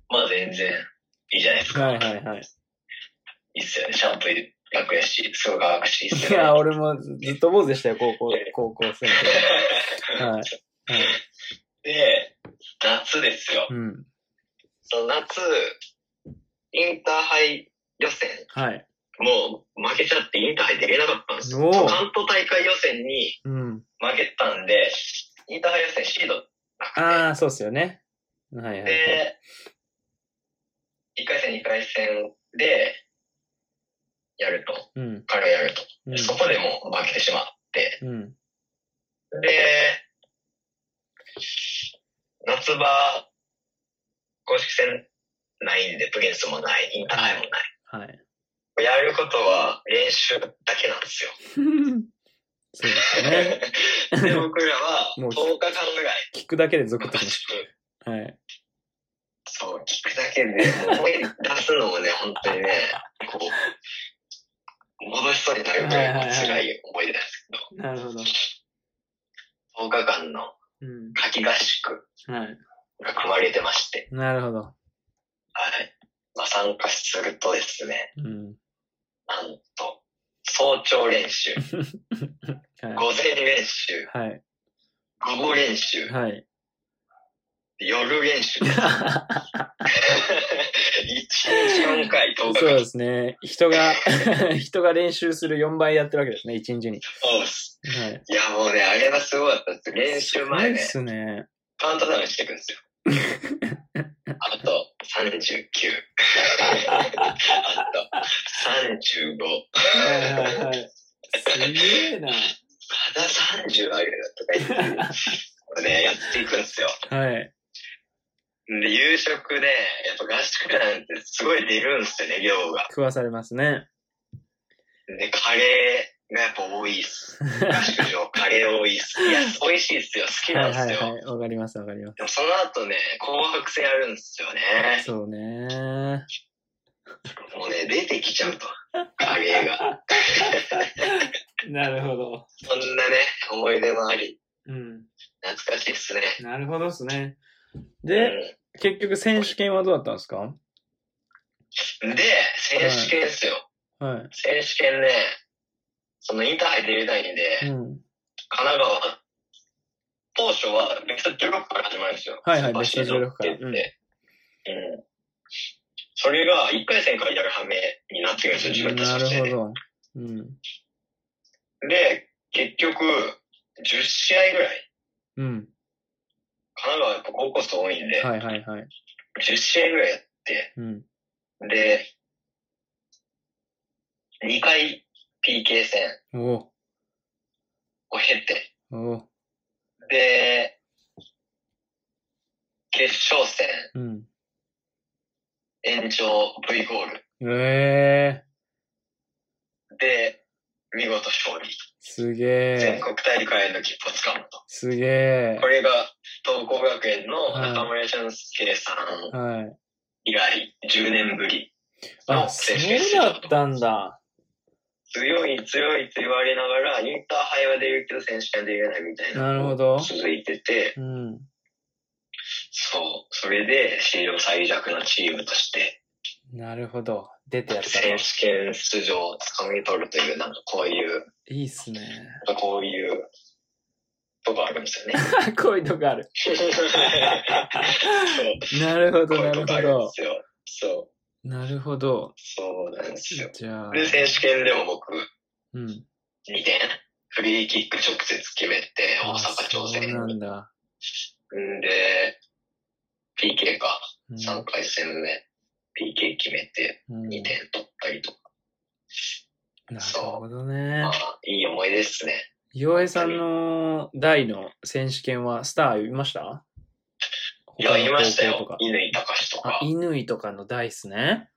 B: まあ全然いいじゃないですか。
A: はいはいはい。
B: いいっすよね。シャンプー楽やし、すごい楽しいっすよ
A: い
B: ね。
A: や、俺もずっと坊主でしたよ、高校、高校生の時。はい。はい。
B: で、夏ですよ
A: う。ん。
B: その夏、インターハイ予選、
A: はい。
B: もう負けちゃってインターハイ出れなかったんですよ。
A: おー
B: 関東大会予選に
A: うん。
B: 負けたんで、インターハイ予選シードな
A: ああ、そうっすよね。はいはいはい。
B: くて、で、1回戦、2回戦で、やると、
A: うん。
B: 彼をやると。
A: うん
B: そこでもう負けてしまって、
A: うん。
B: で、夏場、公式戦ないんで、プリンスもない、インターハイもない。
A: はい。
B: やることは練習だけなんですよ。
A: そうですよね。
B: で、僕らは
A: も
B: 10
A: う
B: 日間ぐらい、
A: 聞くだけでゾク
B: 合
A: ッとしまし
B: 宿、
A: た。はい。
B: そう、聞くだけで、もう声出すのもね、本当にね、こう、戻しそうになるぐらい辛い思い出ですけ
A: なるほど。
B: ど、10日間の
A: うん。
B: 夏季合宿
A: はい。
B: が組まれてまして、
A: なるほど。
B: はい。まあ、参加するとですね、
A: うん。
B: なんと、早朝 練習、
A: は
B: 午前練習、
A: い。はい。
B: 午後練習、
A: はい。
B: 夜練 習。一日4回、10日
A: そうで
B: 間。
A: すね。人が、 人が練習する4倍やってるわけですね、1日に。
B: そうっす。
A: はい。
B: いや、もうね、あれはすごかったです。練習前
A: で
B: ね、
A: すね。
B: カウントダウンしていくんですよ。 あと39。あと35。
A: はいはいはい。すげえな。
B: まだ30あるよとか言って、ね、やっていくんですよ。
A: はい。
B: で、夕食ね、やっぱ合宿なんてすごい出るんですよね、量が。
A: 食わされますね。
B: で、カレーがやっぱ多い っす。合宿場、カレー多いっす。いや、美味しいっすよ。好き
A: は
B: な
A: い
B: んで
A: はい
B: すよ。
A: はい。わかりますわかります。
B: でもその後ね、紅白戦あるんですよね。
A: そうね。
B: もうね、出てきちゃうと。カレーが。
A: なるほど。
B: そんなね、思い出もあり、
A: うん。
B: 懐かしいっすね。
A: なるほどですね。
B: う
A: で、結局選手権はどうだったんですか
B: ん、で、選手権っすよ。
A: は
B: 選手権ね、そのインターハイ出れないんで、
A: い。うん。
B: 神奈川、当初はベスト16から始まるんですよ。
A: はいはい
B: スーパーシードって言って
A: ベスト16
B: うん。それが1回戦からやるはめになってくるんですよ、自分た
A: な
B: ちとして
A: るほど。
B: ね。
A: うん。
B: で、結局、10試合ぐらい、
A: うん。
B: 神奈川やっぱ高校数多いんで、
A: はいはいはい。
B: 10試合ぐらいやって、
A: うん。
B: で、2回 PK 戦
A: お
B: を経て、
A: おお
B: で、決勝戦、
A: うん。
B: 延長 V ゴール
A: ええ
B: で、見事勝利。
A: すげ
B: 全
A: え。
B: 国大会の切符をつかむと。
A: すげえ
B: こ。れが、東光学園の
A: はい
B: 中村俊介さん
A: はい。
B: 以来10年ぶり。
A: あ、そうだったんだ。
B: 強い強いと言われながら、インターハイは出るけど選手権は出れないみたいな。
A: なるほど
B: 続いてて、
A: うん。
B: そう。それで、史上最弱のチームとして、
A: なるほど。出てやった
B: 選
A: の。
B: 手権出場をつかみ取るという、なんかこういう、
A: いいっすね。
B: こういう、とこあるんですよね。
A: こういうとこある。
B: そう。
A: なるほ
B: こ
A: ど、
B: う
A: なるほ
B: いうとこあるんで
A: ど。
B: すよ。そう。
A: なるほど。
B: そうなんですよ。
A: じゃあ。
B: で、選手権でも僕、
A: うん。
B: 2点、フリーキック直接決めて、大
A: あ
B: 阪挑戦。
A: そうなんだ。
B: んで、PK か、
A: うん
B: 3回戦目、PK 決めて、
A: うん
B: 2点取ったりとか、
A: なるほどね
B: ま。あ、いい思い出っすね。
A: 洋平さんの代の選手権はスターいました
B: いや、いました
A: 他の高
B: よ
A: 校。と
B: 乾隆と
A: か
B: か
A: あ、、乾とかの代っすね。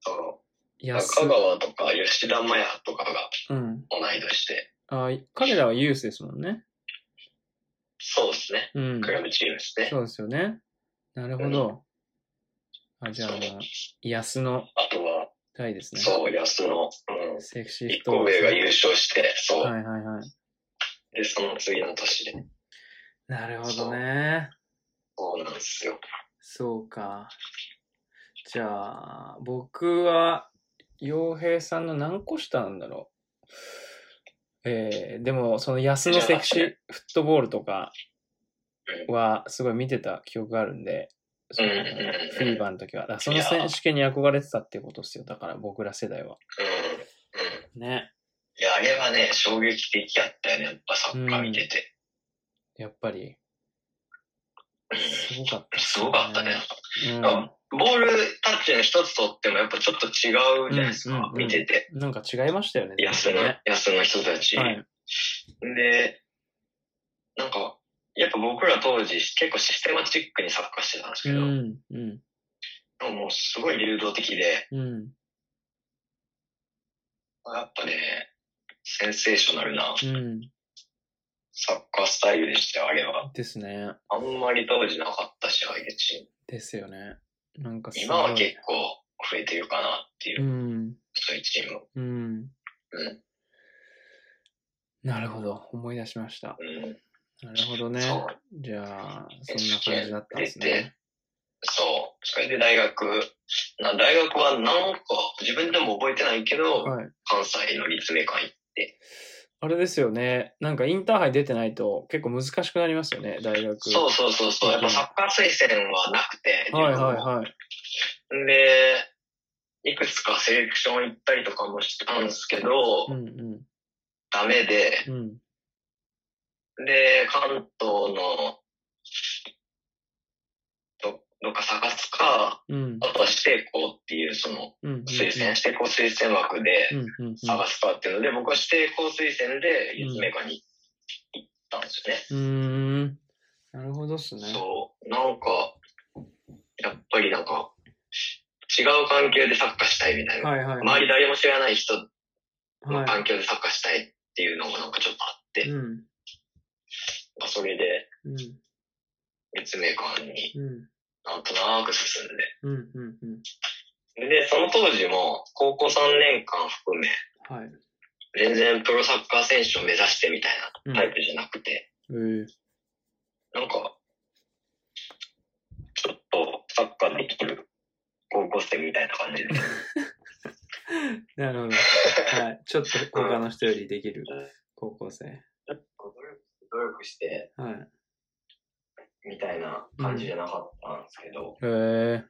B: そ
A: いうや、す
B: 香川とか、吉田麻也とかが
A: うん。
B: 同い年で、
A: あ彼らはユースですもんね。
B: そうですね。
A: うん。
B: クラブチームですね。
A: そうですよね。なるほど。あ、じゃあ、安の
B: あとは、
A: 代ですね。
B: そう、安野、うん。
A: セクシー
B: 一
A: フットボ
B: 個
A: ール
B: 上が優勝して、そう。
A: はいはいはい。
B: で、その次の年で。
A: なるほどね。
B: そうなんですよ。
A: そうか。じゃあ、僕は、洋平さんの何個下なんだろう。えー、でも、その安のセクシーフットボールとかは、すごい見てた記憶があるんで、その
B: うんうんうん
A: フィーバーの時は。だからその選手権に憧れてたってことですよ。だから僕ら世代は。
B: うん。うん。
A: ね。
B: いや、あれはね、衝撃的やったよね。やっぱサッカー見てて。
A: やっぱり、
B: うん
A: すごかった、
B: すごかったね。
A: うん。
B: ボールタッチの一つ取ってもやっぱちょっと違うじゃないです
A: うんうん
B: か
A: う。ん
B: 見てて。
A: なんか違いましたよね。
B: 安の
A: ね。、
B: 安の人たち。
A: はい。
B: で、なんか、やっぱ僕ら当時結構システマチックにサッカーしてたんです
A: う
B: けど、
A: ん。うん。
B: もうすごい流動的で、
A: うん。
B: やっぱね、センセーショナルな
A: うん。
B: サッカースタイルでしたよ、あれは。
A: ですね。
B: あんまり当時なかったし、ああいうチーム。
A: ですよね。なんかすごい
B: 今は結構増えてるかなっていう、
A: うん。
B: そういうチーム。
A: うん。
B: うん
A: なるほど。思い出しました。
B: うん。
A: なるほどね
B: そ。
A: じゃあ、そんな感じだったんですね。
B: そう。それで大学、な大学はなんか自分でも覚えてないけど、
A: はい。
B: 関西の立命館行っ
A: あれですよね。なんかインターハイ出てないと結構難しくなりますよね、大学。
B: そうそうそうそう。やっ
A: う
B: ぱ
A: ん
B: サッカー推薦はなくて、
A: はいはいはい。
B: で、いくつかセレクション行ったりとかもしたんですけど、
A: うんう
B: ダメで、
A: ん。うん。
B: で、関東の、ど、どっか探すか、
A: うん。
B: あとは指定校っていう、その、
A: うん。うん
B: 推薦、指定校推薦枠
A: う
B: で
A: んうんうん。
B: 探すかっていうので、僕は指定校推薦で立命館に行ったんですよね。
A: うーん。なるほどっすね。
B: そう、なんか、やっぱりなんか、違う環境でサッカーしたいみたいな。
A: はいはいは
B: 周り
A: い。
B: 誰も知らない人の
A: は
B: 環境でサッカーしたいっていうのもなんかちょっとあって、
A: い。うん。
B: まあそれで
A: うん。
B: 立命館に
A: うん。
B: なんとなく進ん
A: うん。うん。うん。
B: で。で、その当時も高校3年間含め、
A: はい。
B: 全然プロサッカー選手を目指してみたい
A: うん
B: なタイプじゃなくて、
A: えー、
B: なんか、ちょっとサッカーできる高校生みたいな感じで、
A: なるほど。はい。ちょっと他の人よりでき る高校生。
B: ちょっと努力努力して
A: はい。
B: みたいな感じじゃなかったんですけど、
A: へえ。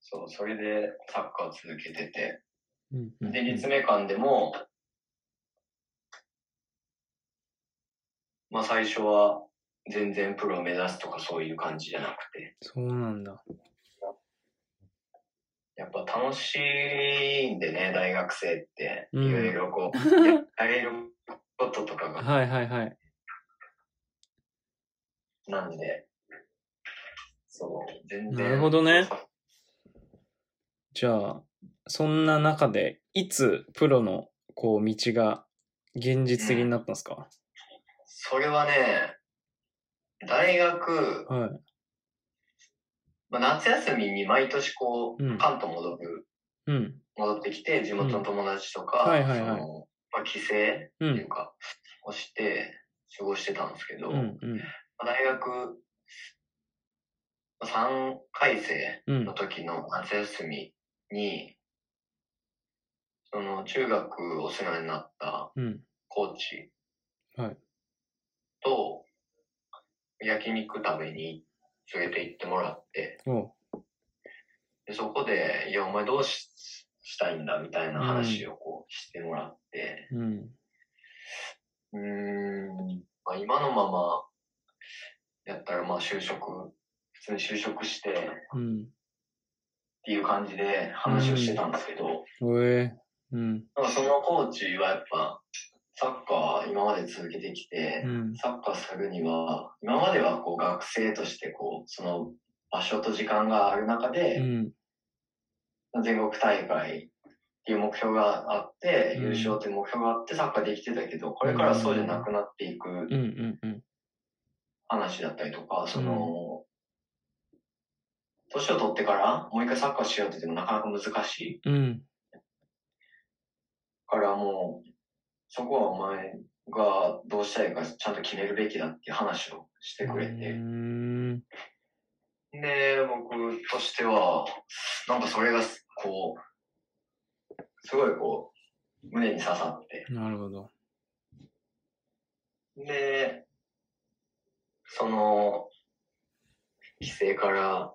B: そう、それでサッカーを続けてて、
A: うんうん
B: で、立命館でも、まあ最初は全然プロを目指すとかそういう感じじゃなくて、
A: そうなんだ。
B: やっぱ楽しいんでね、大学生って、
A: うん
B: いろいろこう、ややれることとかが。
A: はいはいはい。
B: なんで、そう、全然。
A: なるほどね。じゃあ、そんな中で、いつプロのこう道が現実的になったんですか、
B: それはね、大学、
A: はい。
B: まあ、夏休みに毎年こ
A: うん
B: う、関東戻る、
A: うん。
B: 戻ってきて、地元の友達と
A: う
B: か、
A: んはいはいはい
B: そのまあ、帰省って
A: う。
B: いうんか、をして、過ごしてたんですけど、
A: うん。うん。
B: まあ大学3回生
A: うん
B: の。時の夏休みに、その中学お世話になった
A: うん。
B: コーチ
A: はい
B: と焼肉食べに連れて行ってもらって、
A: おう
B: でそこで、いや、お前どうししたいんだみたいな話をこうしてもらって、
A: うん。
B: うーん、まあ、今のままやったらまあ就職、普通に就職して、
A: うん。
B: っていう感じで話をしてたんですけど、
A: おえ。うん。
B: なんかそのコーチはやっぱ、サッカー今まで続けてきて
A: う、ん。
B: サッカーするには、今まではこう学生としてこう、その場所と時間がある中
A: う
B: で、
A: ん。
B: 全国大会っていう目標があって、
A: うん
B: 優勝っていう目標があってサッカーできてたけど、これからそうじゃなくなっていく
A: うん。うん。うん。
B: 話だったりとか、その、年を取ってからもう一回サッカーしようって言ってもなかなか難しい。
A: うん。
B: からもう、そこはお前がどうしたいかちゃんと決めるべきだっていう話をしてくれ
A: う
B: て。
A: ん。
B: で、僕としては、なんかそれが、こう、すごいこう、胸に刺さって。
A: なるほど。
B: で、その、帰省から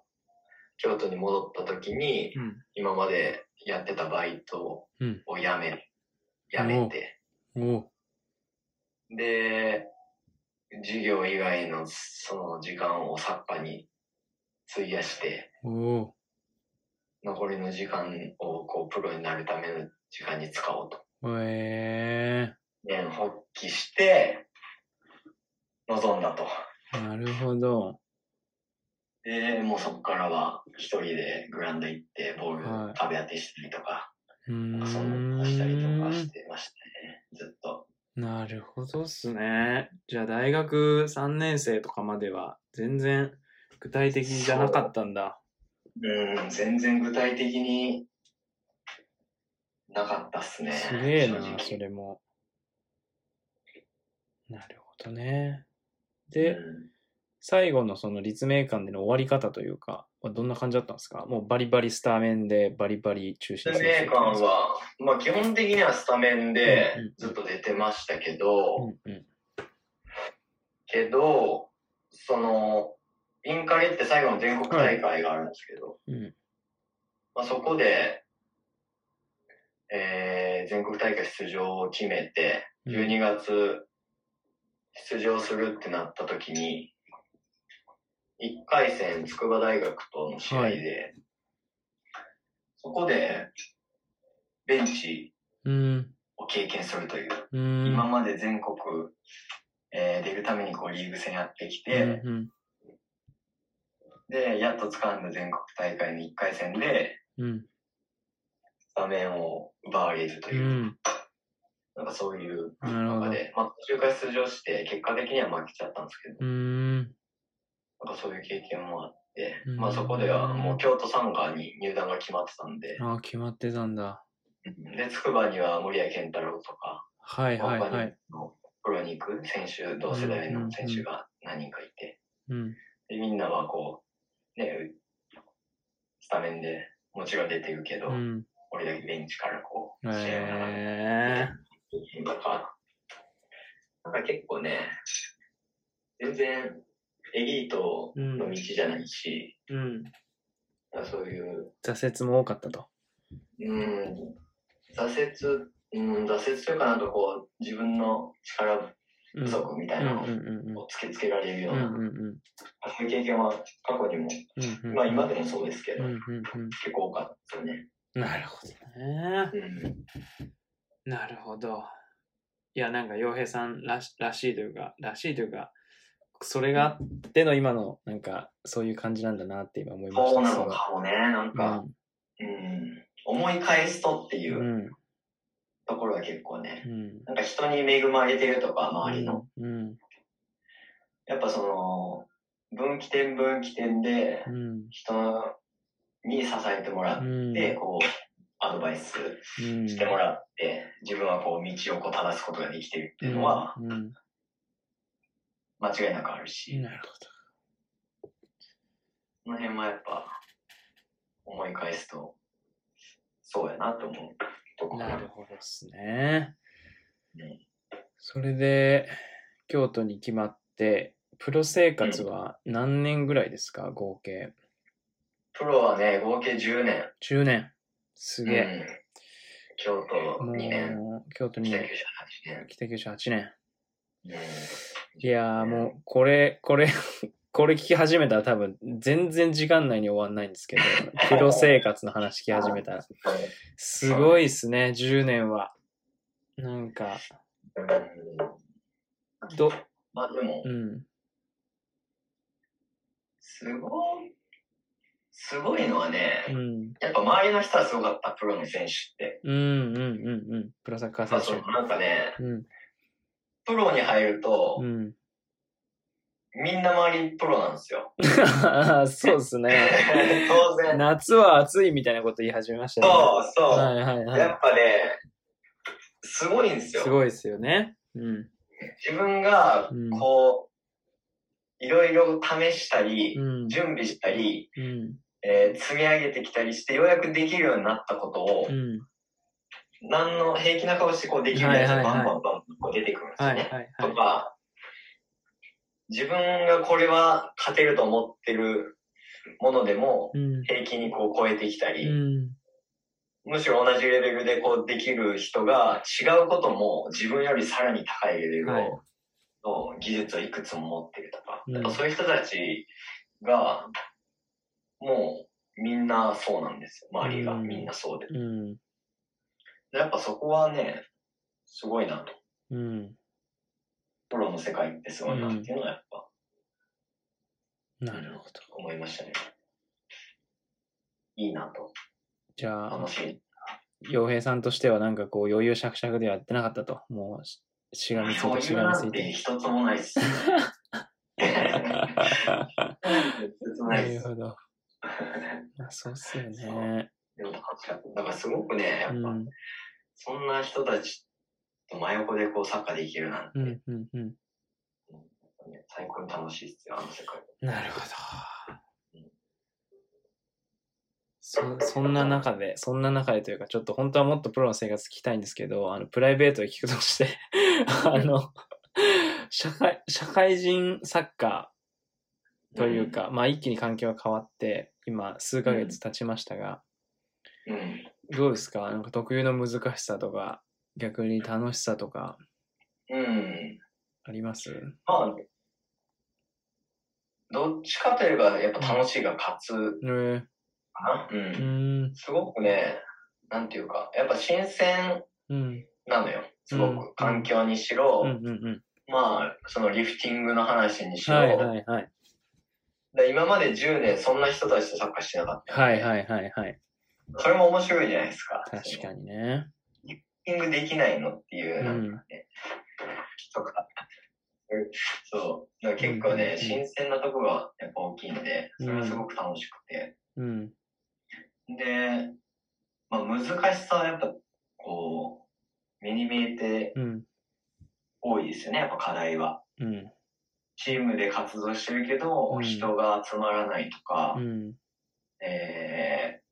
B: 京都に戻った時に、
A: うん。
B: 今までやってたバイト
A: うん
B: を辞め、辞めて、
A: おう
B: で、授業以外のその時間をサッカーに費やして、
A: おう
B: 残りの時間をこうプロになるための時間に使おうと。
A: おえ
B: 年発揮して、臨んだと。
A: なるほど。
B: で、もうそこからは一人でグラウンド行って、ボー
A: は
B: ル
A: い
B: 壁当てしたりとか、
A: う
B: 遊んだしたりとかし
A: ん。
B: てましたね。ずっと。
A: なるほどっすね。じゃあ大学3年生とかまでは全然具体的じゃなかったんだ。
B: うん、全然具体的になかったっすね。
A: すげえな
B: 正、直
A: それも。なるほどね。で、
B: うん
A: 最後のその立命館での終わり方というか、はどんな感じだったんですかもうバリバリスター面でバリバリ中心
B: 立命館は、まあ基本的にはスタメンで
A: うんうん
B: ずっと出てましたけど、
A: うんうん。
B: けど、その、インカレって最後の全国大会があるんですけど、
A: うん
B: まあそこで、えー全国大会出場を決めて、
A: うん
B: 12月出場するってなった時に、1回戦筑波大学との試合で、
A: はい
B: そこでベンチ
A: うん。
B: を経験するという、
A: うん。
B: 今まで全国、えー出るためにこうリーグ戦やってきて、
A: うんうん
B: で、やっと掴んだ全国大会の1回戦で、
A: うん。
B: スタメンを奪われると
A: う
B: いう、
A: ん。
B: なんかそういう
A: なるほ
B: 中
A: ど。
B: で、まあ、途中から出場して、結果的には負けちゃったんですけど、
A: うん。
B: なんかそういう経験もあって、
A: うん
B: まあそこではもう京都サンガーに入団が決まってたんで、
A: ああ、決まってたんだ。
B: で、筑波には森谷健太郎とか、
A: はいはいは
B: 他に
A: い。
B: もプロに行く選手、同世代の選手が何人かいて、
A: うん。
B: で、みんなはこう、ね、うスタメンで、もちろん出てるけど、
A: うん。
B: 俺だけベンチからこう、試合の中で
A: え
B: なんか、なんか結構ね、全然エリートの道じゃないし、
A: えうん。
B: なんかそういう、
A: 挫折も多かったと。
B: うん、挫折、うん、挫折というかなんかこう、自分の力
A: うん。
B: 不足みた
A: うん
B: いうなんの
A: うんうん。
B: を突きつけられるよ
A: う
B: うんな、
A: うんうん。
B: そういう経験は過去にも、
A: うんうん。
B: まあ今でもそうですけ
A: う
B: ど、
A: んうん
B: 結
A: うん。
B: 構多かったね。
A: なるほどね。
B: うん
A: なるほど。いや、なんか、洋平さんらしらしいというか、らしいというか、それがあっての今の、なんか、そういう感じなんだなって今思いました。
B: そうな
A: す
B: の
A: ごい。
B: かもね、なんか、うん、思い返すとっていううんところが結構ね、
A: うん。
B: なんか人に恵まれてるとか、周りの。
A: うん。
B: やっぱその、分岐点分岐点で
A: う、ん。
B: 人に支えてもら
A: う
B: っ
A: ん。
B: て、こう、アドバイス
A: うん
B: してもらって、自分はこう、道をこう正すことができてるっていうのは、
A: うんうん
B: 間違いなくあるし、
A: なるほ
B: この辺もやっぱ、思い返すと、そうやなと思うと
A: ど。
B: ころ。
A: なるほどですね。
B: ね
A: それで、京都に決まって、プロ生活は何年ぐらいですか、合計。
B: プロはね、合計10年。
A: 10年。すげえ。
B: うん京都2年、
A: もう、京都に
B: 北九
A: 年、
B: 州8
A: 北九州8年。
B: 年。
A: いやー
B: ね
A: もう、これ、これ、これ聞き始めたら多分、全然時間内に終わんないんですけど、プロ生活の話聞き始めたら。すごいっすね、10年は。なんか、
B: うん
A: ど、
B: まあでも、
A: うん。
B: すごい、すごいのはね、
A: うん。
B: やっぱ周りの人はすごかった、プロの選手って。
A: うんうんうんうん。プロサッカ
B: まあ
A: ー
B: そ
A: 選
B: のなんかね、
A: 手。うん。
B: プロに入ると、
A: うん。
B: みんな周りプロなんです よ。
A: そうっすね。
B: 当然。
A: 夏は暑いみたいなこと言い始めましたね。
B: そうそう、
A: はいはい
B: や
A: は
B: っぱね、すごいんです
A: い。
B: よ。
A: すごいっすよね。うん。
B: 自分が
A: うん、
B: こう、いろいろ試したり、
A: うん。
B: 準備したり、
A: うん。
B: えー積み上げてきたりして、ようやくできるようになったことを、
A: うん。
B: 何の平気な顔してこうできるやつ
A: は
B: が
A: いはいはい
B: バンバンバンこう出てくるんです
A: はい
B: よね。
A: はいは
B: と
A: い。
B: か、自分がこれは勝てると思ってるものでも、
A: うん。
B: 平気にこう超えてきたり、
A: うん。
B: むしろ同じレベルでこうできる人が違うことも自分よりさらに高いレベルを、
A: はい
B: の技術をいくつも持ってるとか、
A: うん
B: やっぱそういう人たちが、もうみんなそうなんですよ。周りが
A: うん
B: みんなそうで。
A: うん。
B: やっぱそこはね、すごいなと。
A: うん。
B: プロの世界ってすごいなっていうのはやっぱ
A: なるほど。
B: 思いましたね。いいなと。
A: じゃあ
B: 楽、しい。
A: 洋平さんとしてはなんかこう余裕しゃくしゃくでやってなかったと。もうし、しがみつい
B: そう
A: て
B: い
A: し
B: う
A: がみ
B: な
A: つ
B: ん
A: い
B: て
A: て。
B: 一つもないっ す。一つも
A: な
B: ない
A: る
B: っす。
A: ほど。まあ、そうっすよね。
B: でも楽しかった。だからすごくね、や
A: う
B: っぱ、
A: ん。
B: そんな人たちと真横でこうサッカーできるなんて、
A: うん。うん。うん。
B: 最高に楽しいっすよ、あの世界。
A: なるほど。そそんな中で、そんな中でというか、ちょっと本当はもっとプロの生活聞きたいんですけど、あのプライベートで聞くとして、あの社会、社会人サッカーというか、まあ一気に環境が変わって、今数ヶ月経ちましたが、
B: うん。
A: どうですかなんか特有の難しさとか、逆に楽しさとか
B: うん。
A: あります
B: まあ、どっちかというと、やっぱ楽しいが勝つ
A: えー、
B: かな。う。
A: うんん、
B: すごくね、なんていうか、やっぱ新鮮
A: うん、
B: なのよ。すご
A: うん
B: く。環境にしろ、
A: うん、うん、
B: まあ、そのリフティングの話に
A: う
B: し
A: ん。
B: ろ、
A: はい、はい、はい。
B: で今まで10年そんな人たちとサッカーしてなかった。
A: はい、はい、はい、はい。
B: それも面白いじゃないですか。
A: 確
B: そ
A: か
B: の
A: にね。
B: リフティングできないのっていうう、なん
A: ん、
B: とか。そう。だから結構
A: うんうんうん
B: ね、新鮮なとこがやっぱ大きいんで、それはすごく楽しくて。
A: うん、
B: で、まあ難しさはやっぱ、こう、目に見えて
A: うん、
B: 多いですよね、やっぱ課題は。
A: うん、
B: チームで活動してるけど、
A: うん
B: 人が集まらないとか、
A: うん、
B: えー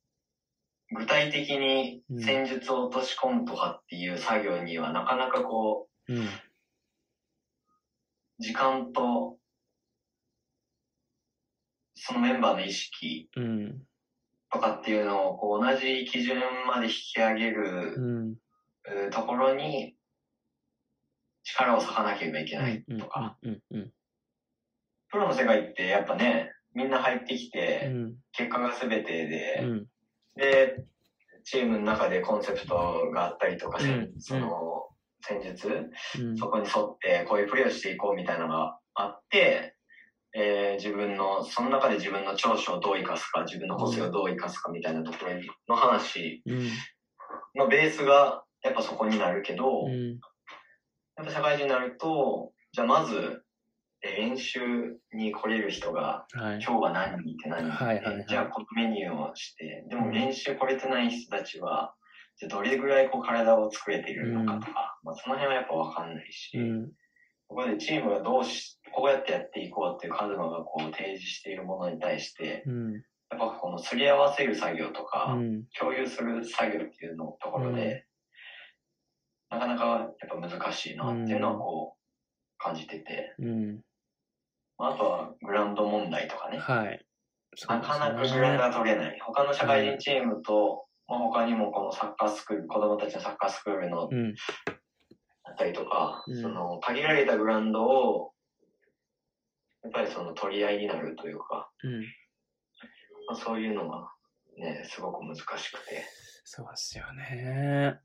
B: 具体的に戦術を落とし込むとかっていう作業にはなかなかこ
A: うん、
B: う、時間と、そのメンバーの意識
A: うん、
B: とかっていうのをこう同じ基準まで引き上げ
A: う
B: る
A: ん、
B: うーところに力を割かなければいけないとか、
A: うん、うん、
B: プロの世界ってやっぱね、みんな入ってき
A: う
B: て、
A: ん、
B: 結果が全てで、
A: うん、
B: で、チームの中でコンセプトがあったりとか、
A: うん
B: その、戦術、
A: うん
B: そこに沿ってこういうプレーをしていこうみたいなのがあって、えー自分の、その中で自分の長所をどう生かすか、自分の個性をどう生かすかみたいなところの話
A: うん
B: のベースがやっぱそこになるけど、
A: うん
B: やっぱ社会人になると、じゃあまず、えー練習に来れる人が、
A: はい
B: 今日は何人って何人で、
A: はいはいはい
B: じゃあこのメニューをして、でも練習来れてない人たちは、じゃあどれぐらいこう体を作れているのかとか、まあ、その辺はやっぱ分かんないし、
A: うん
B: ここでチームがどうし、こうやってやっていこうっていうカズマがこう提示しているものに対して、
A: うん
B: やっぱこのすり合わせる作業とか、
A: うん
B: 共有する作業っていうのところで、なかなかやっぱ難しいなっていうのはこう感じてて、
A: うん
B: まあ、あとはグラウンド問題とかね、
A: はいそう
B: な
A: で
B: かなか
A: す
B: グ
A: ね
B: ラウンドが取れない。他の社会人チームと、まあ、他にもこのサッカースクール、子供たちのサッカースクールの
A: うん
B: だったりとか、
A: うん
B: その限られたグラウンドを、やっぱりその取り合いになるというか、
A: うん
B: まあ、そういうのがね、すごく難しくて、
A: そうですよね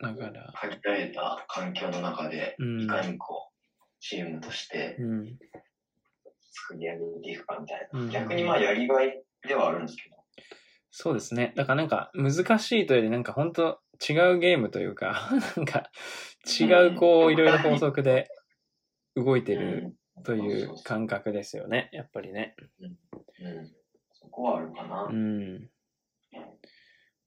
A: だから
B: 限られた環境の中で、
A: うん
B: いかにこう、チームとして
A: うん
B: 作り上げていくかみたい
A: うん
B: な。逆にまあやりがいではあるんですけど、
A: そうですね。だからなんか難しいというよりなんか本当違うゲームというか、 なんか違うこ
B: う
A: うんいろいろな法則で動いて
B: う
A: る
B: ん
A: とい
B: そうそうう
A: 感覚ですよね。やっぱりね。
B: うんそこはあるかな。
A: うん。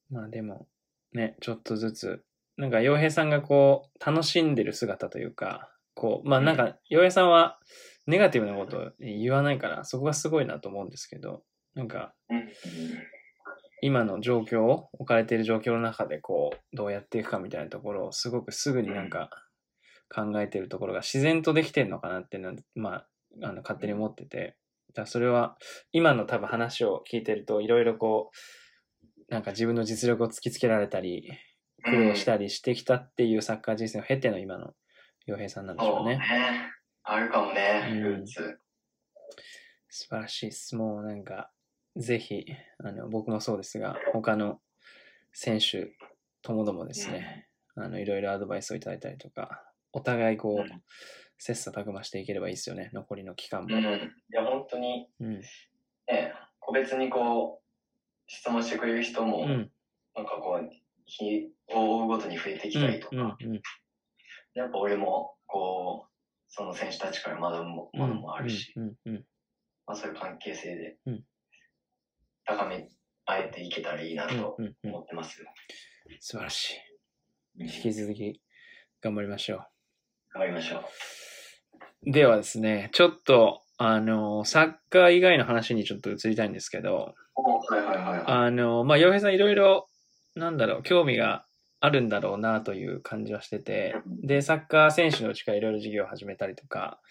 A: まあでも、ね、ちょっとずつ、なんか洋平さんがこう楽しんでる姿というか、こう、まあなんか洋平さんはネガティブなことを言わないから、そこがすごいなと思うんですけど、なんか
B: うんうん
A: 今の状況を置かれている状況の中でこうどうやっていくかみたいなところをすごくすぐになんか考えているところが自然とできてるのかなってなんまああの勝手に思っててだからそれは今の多分話を聞いてるといろいろこうなんか自分の実力を突きつけられたり苦労したりしてきたっていうサッカー人生を経ての今の洋平さんなんでしょ
B: そうう
A: ね。
B: ね。あるかもね、
A: うん
B: ルーツ。
A: 素晴らしいです。もうなんか、ぜひ、あの、僕もそうですが、他の選手ともどもですね、あの、いろいろアドバイスをいただいたりとか、お互いこう
B: う、
A: 切磋琢磨していければいいですよね、残りの期間
B: う
A: も。
B: ん。いや、本当に
A: うん。
B: ね、個別にこう、質問してくれる人も、
A: うん。
B: なんかこう、日を追うごとに増えてきたりとか、
A: うん。うん。
B: やっぱ俺も、こう、その選手たちから学ぶもものもあるし、
A: うん。うん。
B: まあそういう関係性で
A: うん、
B: 高め合えていけたらいいな
A: うん
B: と
A: うん。うん。
B: 思ってます。
A: 素晴らしい。
B: うん
A: 引き続き、頑張りましょう。
B: 頑張りましょう。
A: ではですね、ちょっと、あの、サッカー以外の話にちょっと移りたいんですけど、
B: おはいはいはいはい。
A: あの、まあ、洋平さんいろいろ、なんだろう、興味があるんだろうなという感じはしてて、で、サッカー選手のうちからいろいろ授業を始めたりとか、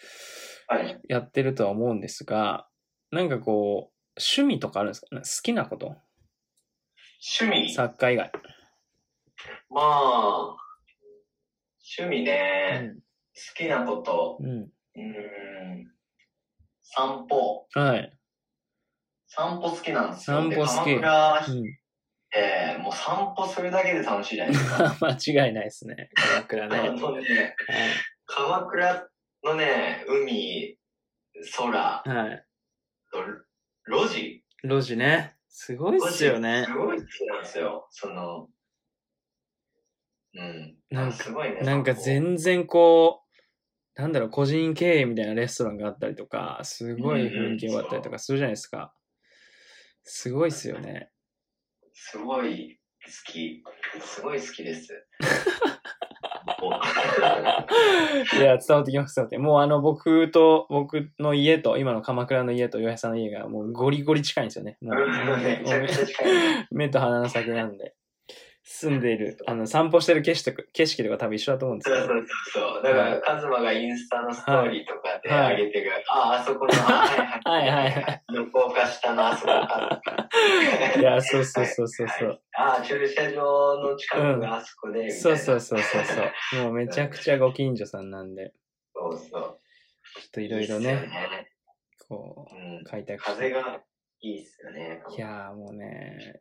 B: はい。
A: やってるとは思うんですが、なんかこう、趣味とかあるんですか好きなこと
B: 趣味
A: サッカー以外。
B: まあ、趣味ね、好きなこと、
A: うん。う
B: うーん、散歩。
A: ん。はい。
B: 散歩好きなんですよ。
A: 散歩好き
B: で鎌倉
A: う
B: 来
A: ん。
B: て、もう散歩するだけで楽しいじゃないですか。
A: 間違いないですね。鎌倉ね。
B: あのね、鎌倉のね、海、空、
A: はい。はい。
B: 路地
A: 路地ね。すごいっすよね
B: す。ごい好きなんですよ。その、うん。
A: なんか
B: すごいね。
A: なんか全然こう、なんだろう、個人経営みたいなレストランがあったりとか、すごい雰囲気良かったりとかするじゃないですか。すごいっすよね。
B: すごい好き。すごい好 きです。 お
A: いや、伝わってきます、伝わって。もうあの、僕と、僕の家と、今の鎌倉の家と、岩井さんの家が、もうゴリゴリ近いんですよね。 もう
B: めちゃくちゃ近い。
A: 目と鼻の先なんで。住んでいる、あの、散歩してる景色とか景色とか多分一緒だと思うんです
B: そう
A: け
B: そ
A: ど。
B: うそうそう。だか
A: はい
B: ら、カズマがインスタのストーリーとかで
A: はい
B: 上げてくれる、ああ、あそこの、は
A: はいはい はい。
B: 向こうか下のあそこか。
A: いや、そうそうそうそうそう。
B: ああ、駐車場の近くがあそこで、みたいな
A: そうそうそうそうそう。もうめちゃくちゃご近所さんなんで、
B: そうそう。
A: ちょっといろいろ
B: いいっすよ
A: ね、
B: ね
A: こう、
B: うん
A: 開拓して
B: 風がいいっすよね。
A: いやーもうね、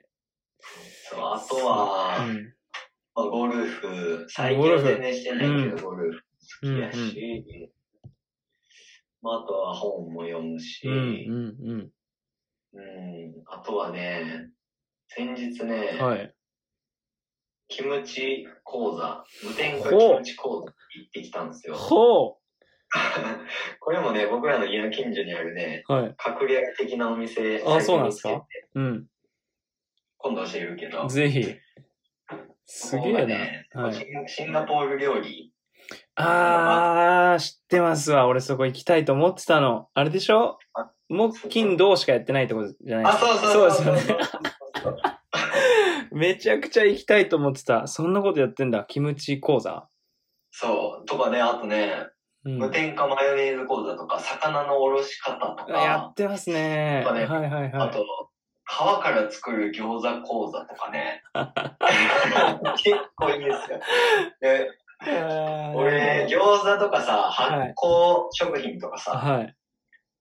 B: そう、あとは、
A: うん。
B: まあ、ゴルフ、最近は全然してないけど、ゴルフ好きや
A: うん
B: し、まあ、あとは本も読むし、
A: うんうん
B: うん、あとはね、先日ね
A: うん。、はい。
B: キムチ講座、無添加
A: ほう
B: キムチ講座に行ってきたんですよ。
A: ほ
B: これもね、僕らの家の近所にあるね、
A: うはい。
B: 隠れ家的なお店、
A: あそうなんですかうん。
B: 今度教えるけど。
A: ぜひ。すげ
B: ここが
A: え
B: ね
A: な。はい。
B: シンガポール料理。
A: あー、知ってますわ。俺そこ行きたいと思ってたの。あれでしょ
B: あ
A: 木、金、銅しかやってないってことじゃない
B: あ、
A: ですか。
B: そうそう
A: そうですよね。
B: そうそう
A: めちゃくちゃ行きたいと思ってた。そんなことやってんだ。キムチ講座。
B: そう。とかね、あとね、
A: うん。
B: 無添加マヨネーズ講座とか、魚のおろし方と
A: あや
B: か
A: っ、てますね。
B: とか
A: はい
B: ね
A: はいはい。
B: あと、皮から作る餃子講座と かね。結構いいですよ。で
A: あー
B: 俺、餃子とかさ、
A: はい
B: 発酵食品とかさ、
A: はい。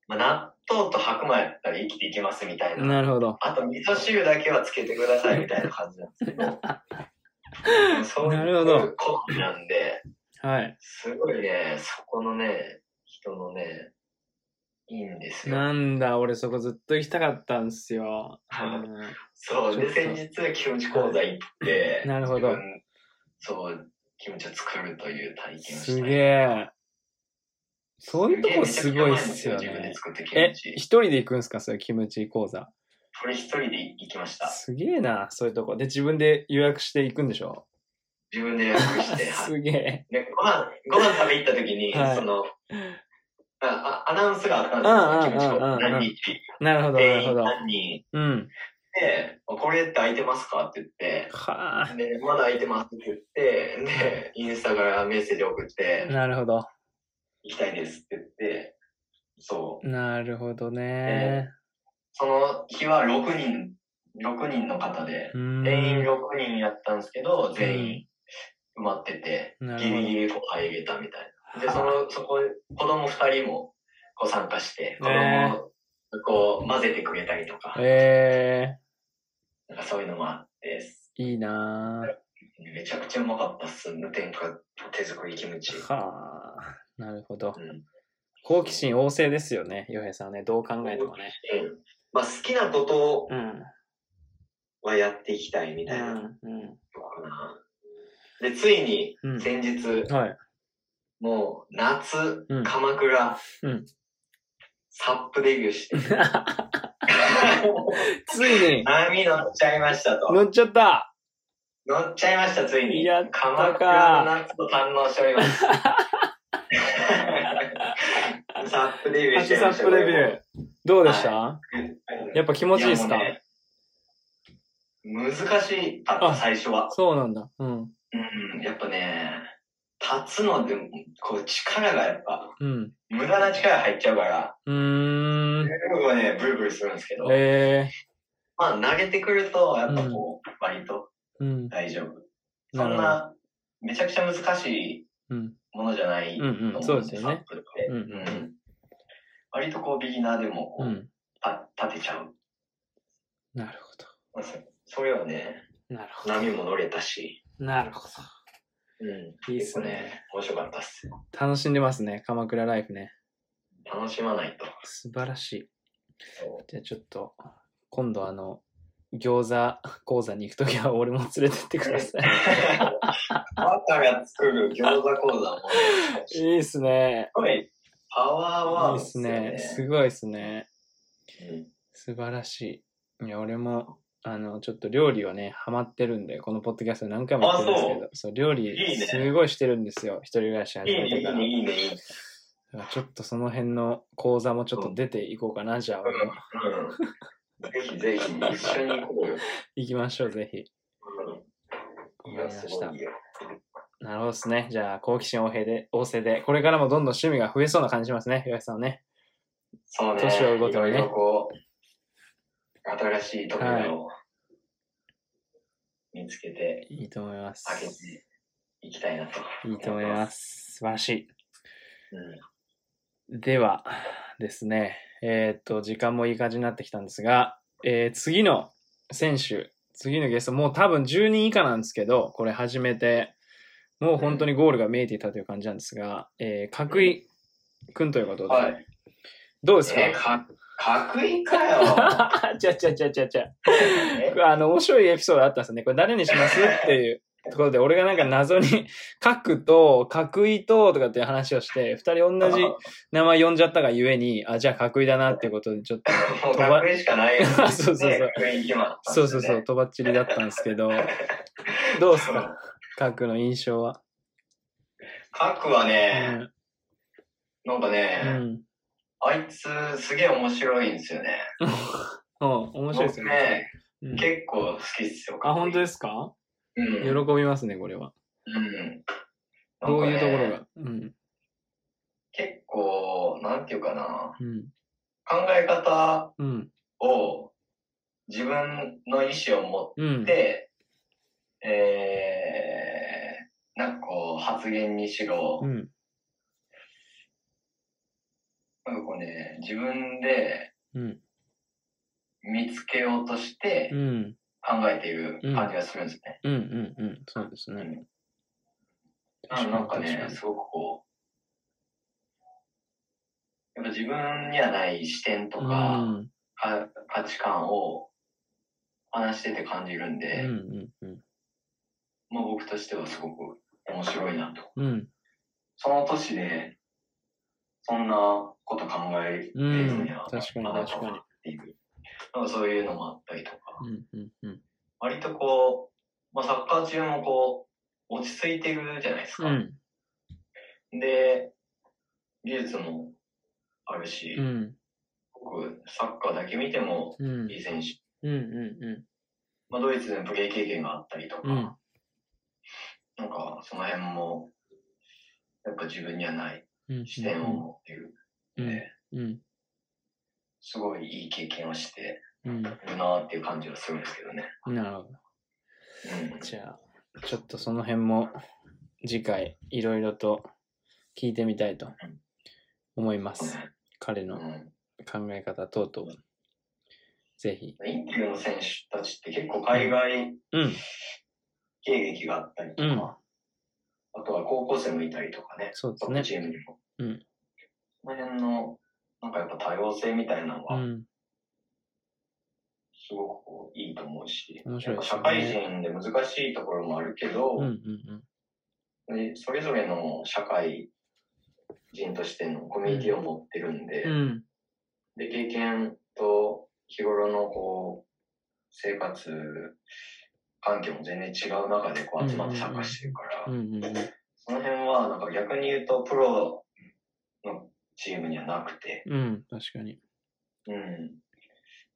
B: まあ、納豆と白米だったら生きていけますみたいな。
A: なるほど。
B: あと、味噌汁だけはつけてくださいみたいな感じなんですけ ど。そうい
A: なるほど
B: うコンビなんで、
A: はい。
B: すごいね、そこのね、人のね、いいんですよ。
A: なんだ、俺そこずっと行きたかったんですよ。
B: はい
A: うん
B: そう。で、
A: ちょっ
B: 先
A: と
B: 日、キムチ講座行って、
A: なるほど
B: 自分。そう、キムチを作るという体験をした。
A: すげえ。そういうとこすごいっすよ
B: めちゃくちゃうまいん
A: ね
B: で。すよ自分で作ったキ
A: え
B: ム、チ
A: 一。人で行くんすかそういうキムチ講座。
B: これ一人で行きました。
A: すげえな、そういうとこ。で、自分で予約して行くんでしょ
B: 自分で予約 して、はい
A: すげえ。
B: で、ご飯、ご飯食べ行った時に、
A: はい
B: その、ああアナウンスがあったんです
A: う
B: よ、キムチ
A: んうんうんうん
B: 講座何日、
A: なるほど、な
B: 店
A: るほ
B: 員
A: ど。
B: 何人
A: うん。
B: で、これって空いてますかって言って、
A: は
B: で、まだ空いてますって言って、で、インスタからメッセージ送っ
A: あ。
B: て、
A: なるほど。
B: 行きたいですって言って、そう。
A: なるほどね。
B: その日は6人、6人の方で、
A: うーん。
B: 全員6人やったんですけど、全員埋まってて、
A: なる
B: ギ
A: ほど
B: リギリこう入れたみたいな。で、その、そこ、子供二人もこう参加して、子
A: ね
B: 供をこう混ぜてくれたりとか、
A: え
B: なんかそういうのもあって、
A: ー、いいな
B: めちゃくちゃうまかったっす。無添加手作りキムチ。
A: ぁ。はあ。なるほど
B: う。ん。
A: 好奇心旺盛ですよね、ヨヘイさんはね。どう考えてもね。
B: うんまあ好きなこと
A: うん。
B: はやっていきたいみ
A: う。
B: たいなん
A: う
B: とこかな。で、ついに
A: うん
B: 先日、
A: ん。はい。
B: もう夏、
A: うん
B: 鎌倉、
A: うん
B: サップデビュ ーして、
A: ついに、
B: 波乗っちゃいましたと。
A: 乗っちゃった
B: 乗っちゃいました、ついに。
A: やったか
B: 鎌倉の夏を堪能しており ます。サップデビュー
A: 初
B: して
A: サ
B: ま
A: ッ
B: した。
A: プデビュー。どうでした、
B: ー
A: やっぱ気持ちいいですか、
B: 難しかった、
A: あ
B: 最初は。
A: そうなんだ。うん。
B: うん、やっぱね、立つのでも、こう力がやっぱ、
A: うん。
B: 無駄な力入っちゃうから、
A: うーん。
B: 僕はね、ブルブルするんですけど、
A: え
B: まあ投げてくると、やっぱこう、割と
A: ー。うん。
B: 大丈夫。そ
A: なる
B: ん
A: ほど。
B: な、めちゃくちゃ難しい
A: うん。
B: ものじゃない
A: うんうん
B: と
A: そ
B: 思
A: うんですよ
B: サ
A: ね
B: ップって。
A: う
B: うんん割とこう、ビギナーでもこ
A: う
B: う、
A: ん。
B: た立てちゃう。
A: なる
B: それはね、
A: ほど。なるほ
B: 波も乗れたし、
A: ど。なるほ
B: うん
A: ど。いいっ
B: 結
A: す
B: 構
A: ね。
B: ね、面白かったっすよ。
A: 楽しんでますね。鎌倉ライフね。
B: 楽しまないと。
A: 素晴らしい。
B: そう
A: じゃあちょっと、今度あの、餃子講座に行くとき は俺も連れてってください。
B: 赤が作る餃子講座も、
A: い
B: す
A: いっすね。
B: ごいパワー
A: いい
B: ワー
A: っ
B: ドっ
A: す
B: よ
A: ね。すごいっすね。
B: うん
A: 素晴らしい。いや、俺も、あの、ちょっと料理をね、ハマってるんで、このポッドキャスト何回も言ってるんですけど、そう料
B: い
A: 理
B: いね
A: すごいしてるんですよ。一人暮らし始
B: いい
A: め
B: ね、
A: て
B: いい
A: から
B: ね、。いいね、いいね。
A: だからちょっとその辺の講座もちょっと出ていこうかな、じゃあ俺も。
B: うん。ぜひぜひ、一緒に行こうよ。
A: 行きましょう、ぜひ。
B: うん。いや、すごいよ。
A: なるほどですね。じゃあ、好奇心旺盛で、旺盛で、これからもどんどん趣味が増えそうな感じしますね、岩井さんはね。
B: そうね。
A: 年を追うご
B: い
A: と
B: ろ
A: に
B: い
A: ね
B: ろこう、新しいところを見つけて
A: いいと思います。
B: あげていきたいなと。
A: いいと思いま。す。素晴らしい。
B: うん。
A: ではですね、えーっと、時間もいい感じになってきたんですが、えー次の選手、次のゲスト、もう多分10人以下なんですけど、これ始めて、もう本当にゴールが見えていたという感じなんですが、えー、角井くんということで、
B: はい。
A: どうですか、
B: えー、か、かっこいいかよ。
A: ちゃちゃちゃちゃちゃ。
B: え
A: あの、面白いエピソードあったんですよね。これ誰にしますっていうところで、俺がなんか謎に、角と、角井と、とかっていう話をして、二人同じ名前呼んじゃったがゆえに、あ、じゃあ角井だなっていうことで、ちょっと、
B: もうかっこいいしかないよ。
A: そうそうそう
B: ね雰囲気もあったんで
A: そ
B: ね
A: うそうそう、。とばっちりだったんですけど、どうっすか角の印象は。
B: かくは
A: う
B: ね、
A: ん。
B: なんかね、
A: うん。
B: あいつすげえ面白いんですよね。
A: うん面白いですよ
B: 僕
A: ね。うん
B: 結構好きっすよ。
A: あ、本当
B: に。
A: ですか
B: うん。
A: 喜びますね、これは。
B: うん。
A: どういうところ
B: なんかね
A: が。うん。
B: 結構、なんていうかな。
A: うん。
B: 考え方
A: うん。
B: を自分の意思を持
A: うん
B: っ。て、えー、なんかこう、発言にしろ、
A: うん。
B: なんかこうね、自分で
A: うん。
B: 見つけようとして
A: うん。
B: 考えている感じがするんですね。
A: うんうんうん、そうです
B: う
A: ね。
B: んあなんかね、すごくこう、やっぱ自分にはない視点と
A: う
B: か、
A: ん
B: か価値観を話してて感じるん
A: う
B: で、
A: んうん
B: まあ僕としてはすごく面白いなと。
A: うん。
B: その年で、そんなこと考えて
A: う
B: る
A: ん
B: には、
A: 確かに
B: まだ
A: 確かに
B: っていう。なんかそういうのもあったりとか、
A: うんうんうん。
B: 割とこう、まあサッカー中もこう、落ち着いてるじゃないですか。
A: うん
B: で、技術もあるし、
A: うん
B: 僕、サッカーだけ見ても
A: うんうん
B: いい選手。
A: うんうん
B: まあ、ドイツでのプレー経験があったりとか、
A: うん
B: なんか、その辺も、やっぱ自分にはない
A: うん。
B: 視点を持っている
A: う
B: ので、
A: んうん
B: すごいいい経験をして
A: うん。
B: るなっていう感じはするんですけどね。
A: なるほど。
B: うん。
A: じゃあ、ちょっとその辺も次回いろいろと聞いてみたいと思います。彼の
B: う
A: 考え方等々。ぜひ。
B: ん、インテルの選手たちって結構海外
A: うん
B: 経歴があったりと
A: う
B: か、
A: ん
B: あとは高校生もいたりとかね、
A: そうです
B: トッ
A: ね
B: プ。チームにも。
A: うん
B: その辺の、なんかやっぱ多様性みたいなの
A: う
B: は、
A: ん
B: すごくこういいと思うし、
A: 面白いです
B: 社
A: よね
B: 会人で難しいところもあるけど、
A: うんうん
B: でそれぞれの社会人としてのコミュニティを持ってるんで、
A: うん。うん
B: で経験と日頃のこう生活環境も全然違う中でこう集まって参加してるか
A: う
B: ら、
A: んうんうん。
B: その辺はなんか逆に言うとプロのチームにはなくて、
A: うん、確かに。
B: うん、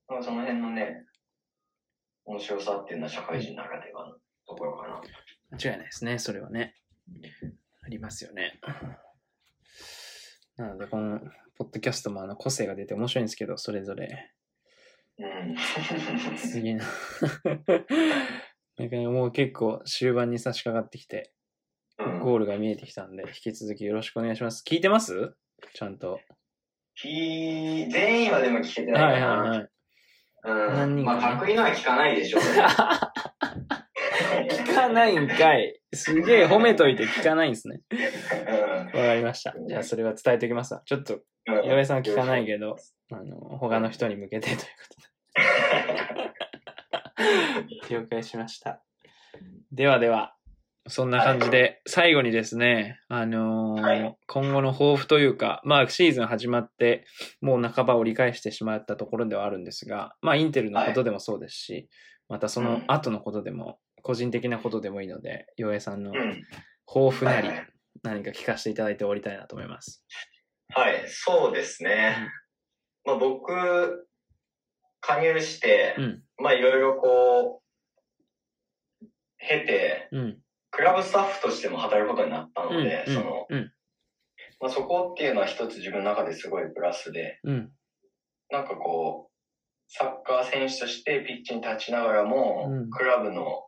B: なんかその辺のね面白さっていうのは社会人ならではのところかな。
A: 間違いないですね、それはね。ありますよね。なので、この、ポッドキャストもあの個性が出て面白いんですけど、それぞれ。
B: うん。
A: 次の。なんかね、もう結構終盤に差し掛かってきて、
B: うん
A: ゴールが見えてきたんで、引き続きよろしくお願いします。聞いてますちゃんと。
B: ひ全員はでも聞けて
A: はい
B: な
A: はいい
B: かな。
A: はい。
B: うん。
A: 何人か
B: ま
A: ね
B: あ、確認のは聞かないでしょうね。
A: 聞かないんかい。すげえ褒めといて聞かないんですね。わかりました。じゃあそれは伝えておきますわ。ちょっと
B: うん。
A: 井上さんは聞かないけど、あの、他の人に向けてという ことで。了解しました。ではでは、そんな感じで、最後にですね、あのー
B: はい
A: 今後の抱負というか、まあ、シーズン始まって、もう半ば折り返してしまったところではあるんですが、まあ、インテルのことでもそうですし、またその後のことでも、個人的なことでもいいので、洋平さんの
B: うん。
A: 抱負なり
B: はいはい、
A: 何か聞かせていただいて終わりたいなと思います。
B: はい、そうですね。まあ、僕、加入して
A: う、ん、
B: まあ、いろいろこう、経て、
A: うん、
B: クラブスタッフとしても働くことになった
A: うん、う
B: ので、そ
A: ん
B: の、、
A: うん、
B: まあ、そこっていうのは一つ自分の中ですごいプラスで、
A: うん。
B: なんかこう、サッカー選手としてピッチに立ちながらも、
A: うん
B: クラブの、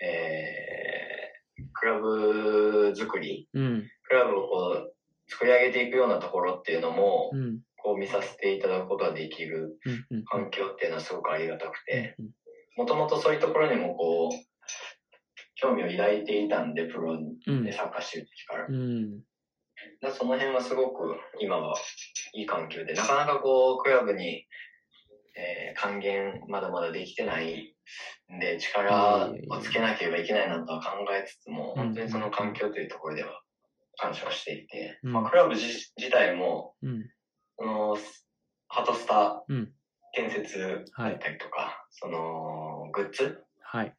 B: えー、クラブ作り、
A: うん。
B: クラブをこう作り上げていくようなところっていうのも、
A: うん。
B: こう見させていただくことができる
A: うん。うん。
B: 環境っていうのはすごくありがたくて、
A: うん
B: もともとそういうところにもこう、興味を抱いていたんで、プロ
A: うん
B: で。サッカーしてる時から。だか
A: うん。
B: らその辺はすごく今はいい環境で、なかなかこう、クラブに、えー還元まだまだできてないんで、力をつけなければいけないなとは考えつつも、
A: うん
B: 本当にその環境というところでは感謝をしていて、
A: うん
B: まあ、クラブ自自体も、
A: うん。
B: その、ハトスタ
A: うん
B: 建設だったりとか、その、グッズ
A: はい。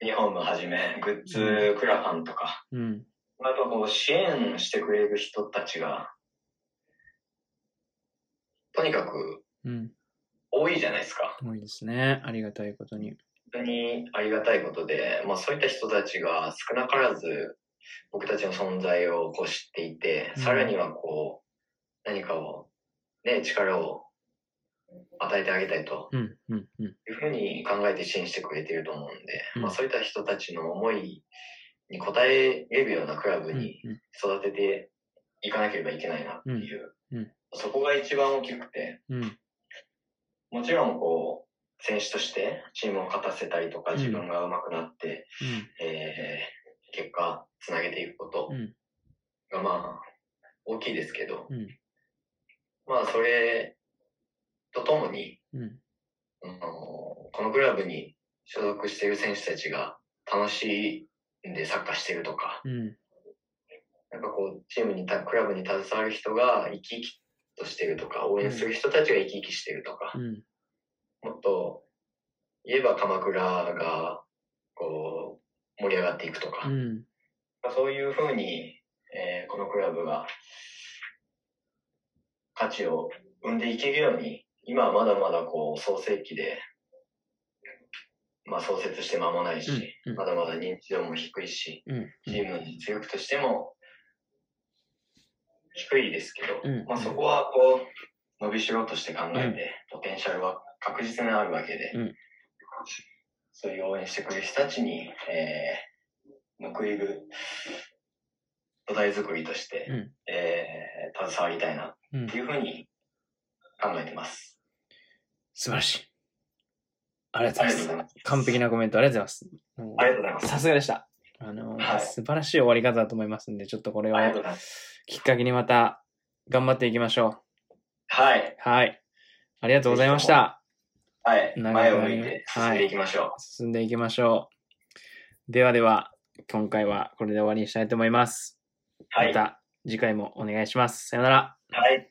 B: 日本もはじめ、グッズクラファンとか、
A: うん。
B: あとこう支援してくれる人たちが、とにかく
A: うん。
B: 多いじゃないですか。
A: 多いですね。ありがたいことに。
B: 本当にありがたいことで、まあそういった人たちが少なからず僕たちの存在をこう知っていて、
A: うん
B: さらにはこう、何かを、ね、力を与えてあげたいと
A: うん。うん。うん。
B: いうふうに考えて支援してくれていると思うんで、
A: うん
B: まあそういった人たちの思いに応えれるようなクラブ
A: うん。
B: に育てていかなければいけないなっていう、
A: うんうん
B: そこが一番大きくて、
A: うん。うん
B: もちろんこう、選手としてチームを勝たせたりとか、
A: うん
B: 自分が上手くなって、えー結果、つなげていくこと
A: うん。
B: がまあ、大きいですけど、
A: うん。
B: まあそれとともに、
A: うん。
B: あのこのクラブに所属している選手たちが楽しんでサッカーしてるとか、
A: うん。
B: なんかこう、チームにた、クラブに携わる人が生き生きとしてるとか、応援する人たちが生き生きしてるとか
A: う、ん。
B: もっと言えば鎌倉が、こう、盛り上がっていくとか、
A: うん。
B: そういうふうに、えーこのクラブが価値を生んでいけるように、今はまだまだこう創世期で、まあ創設して間もないし、
A: うんうん
B: まだまだ認知度も低いし、
A: うん。
B: チームの実力としても低いですけど、
A: うん
B: まあそこはこう、伸びしろとして考えて、ポテンシャルは確実にあるわけで、
A: うん
B: そういう応援してくれる人たちに、えー、報いる土台作りとして、
A: うん
B: えー携わりたいなっ
A: うん
B: て。いうふうに考えてます。
A: 素晴らしい。ありがと
B: あ
A: う
B: り
A: ご
B: がと
A: ざ
B: う
A: いま
B: ございます。
A: す。完璧なコメントありがとうございます。もう
B: ありがとうございます。
A: さすがでした。あの、
B: はい
A: 素晴らしい終わり方だと思いますんで、ちょっとこれを
B: ありがとうございます。
A: きっかけにまた頑張っていきましょ
B: はい。
A: う。はい。ありがとうございました。
B: はい。
A: 長い
B: 前を向いて進んでいきましょう。
A: 進んでいきましょう。ではでは、今回はこれで終わりにしたいと思います。
B: はい。
A: また次回もお願いします。さよなら。
B: はい。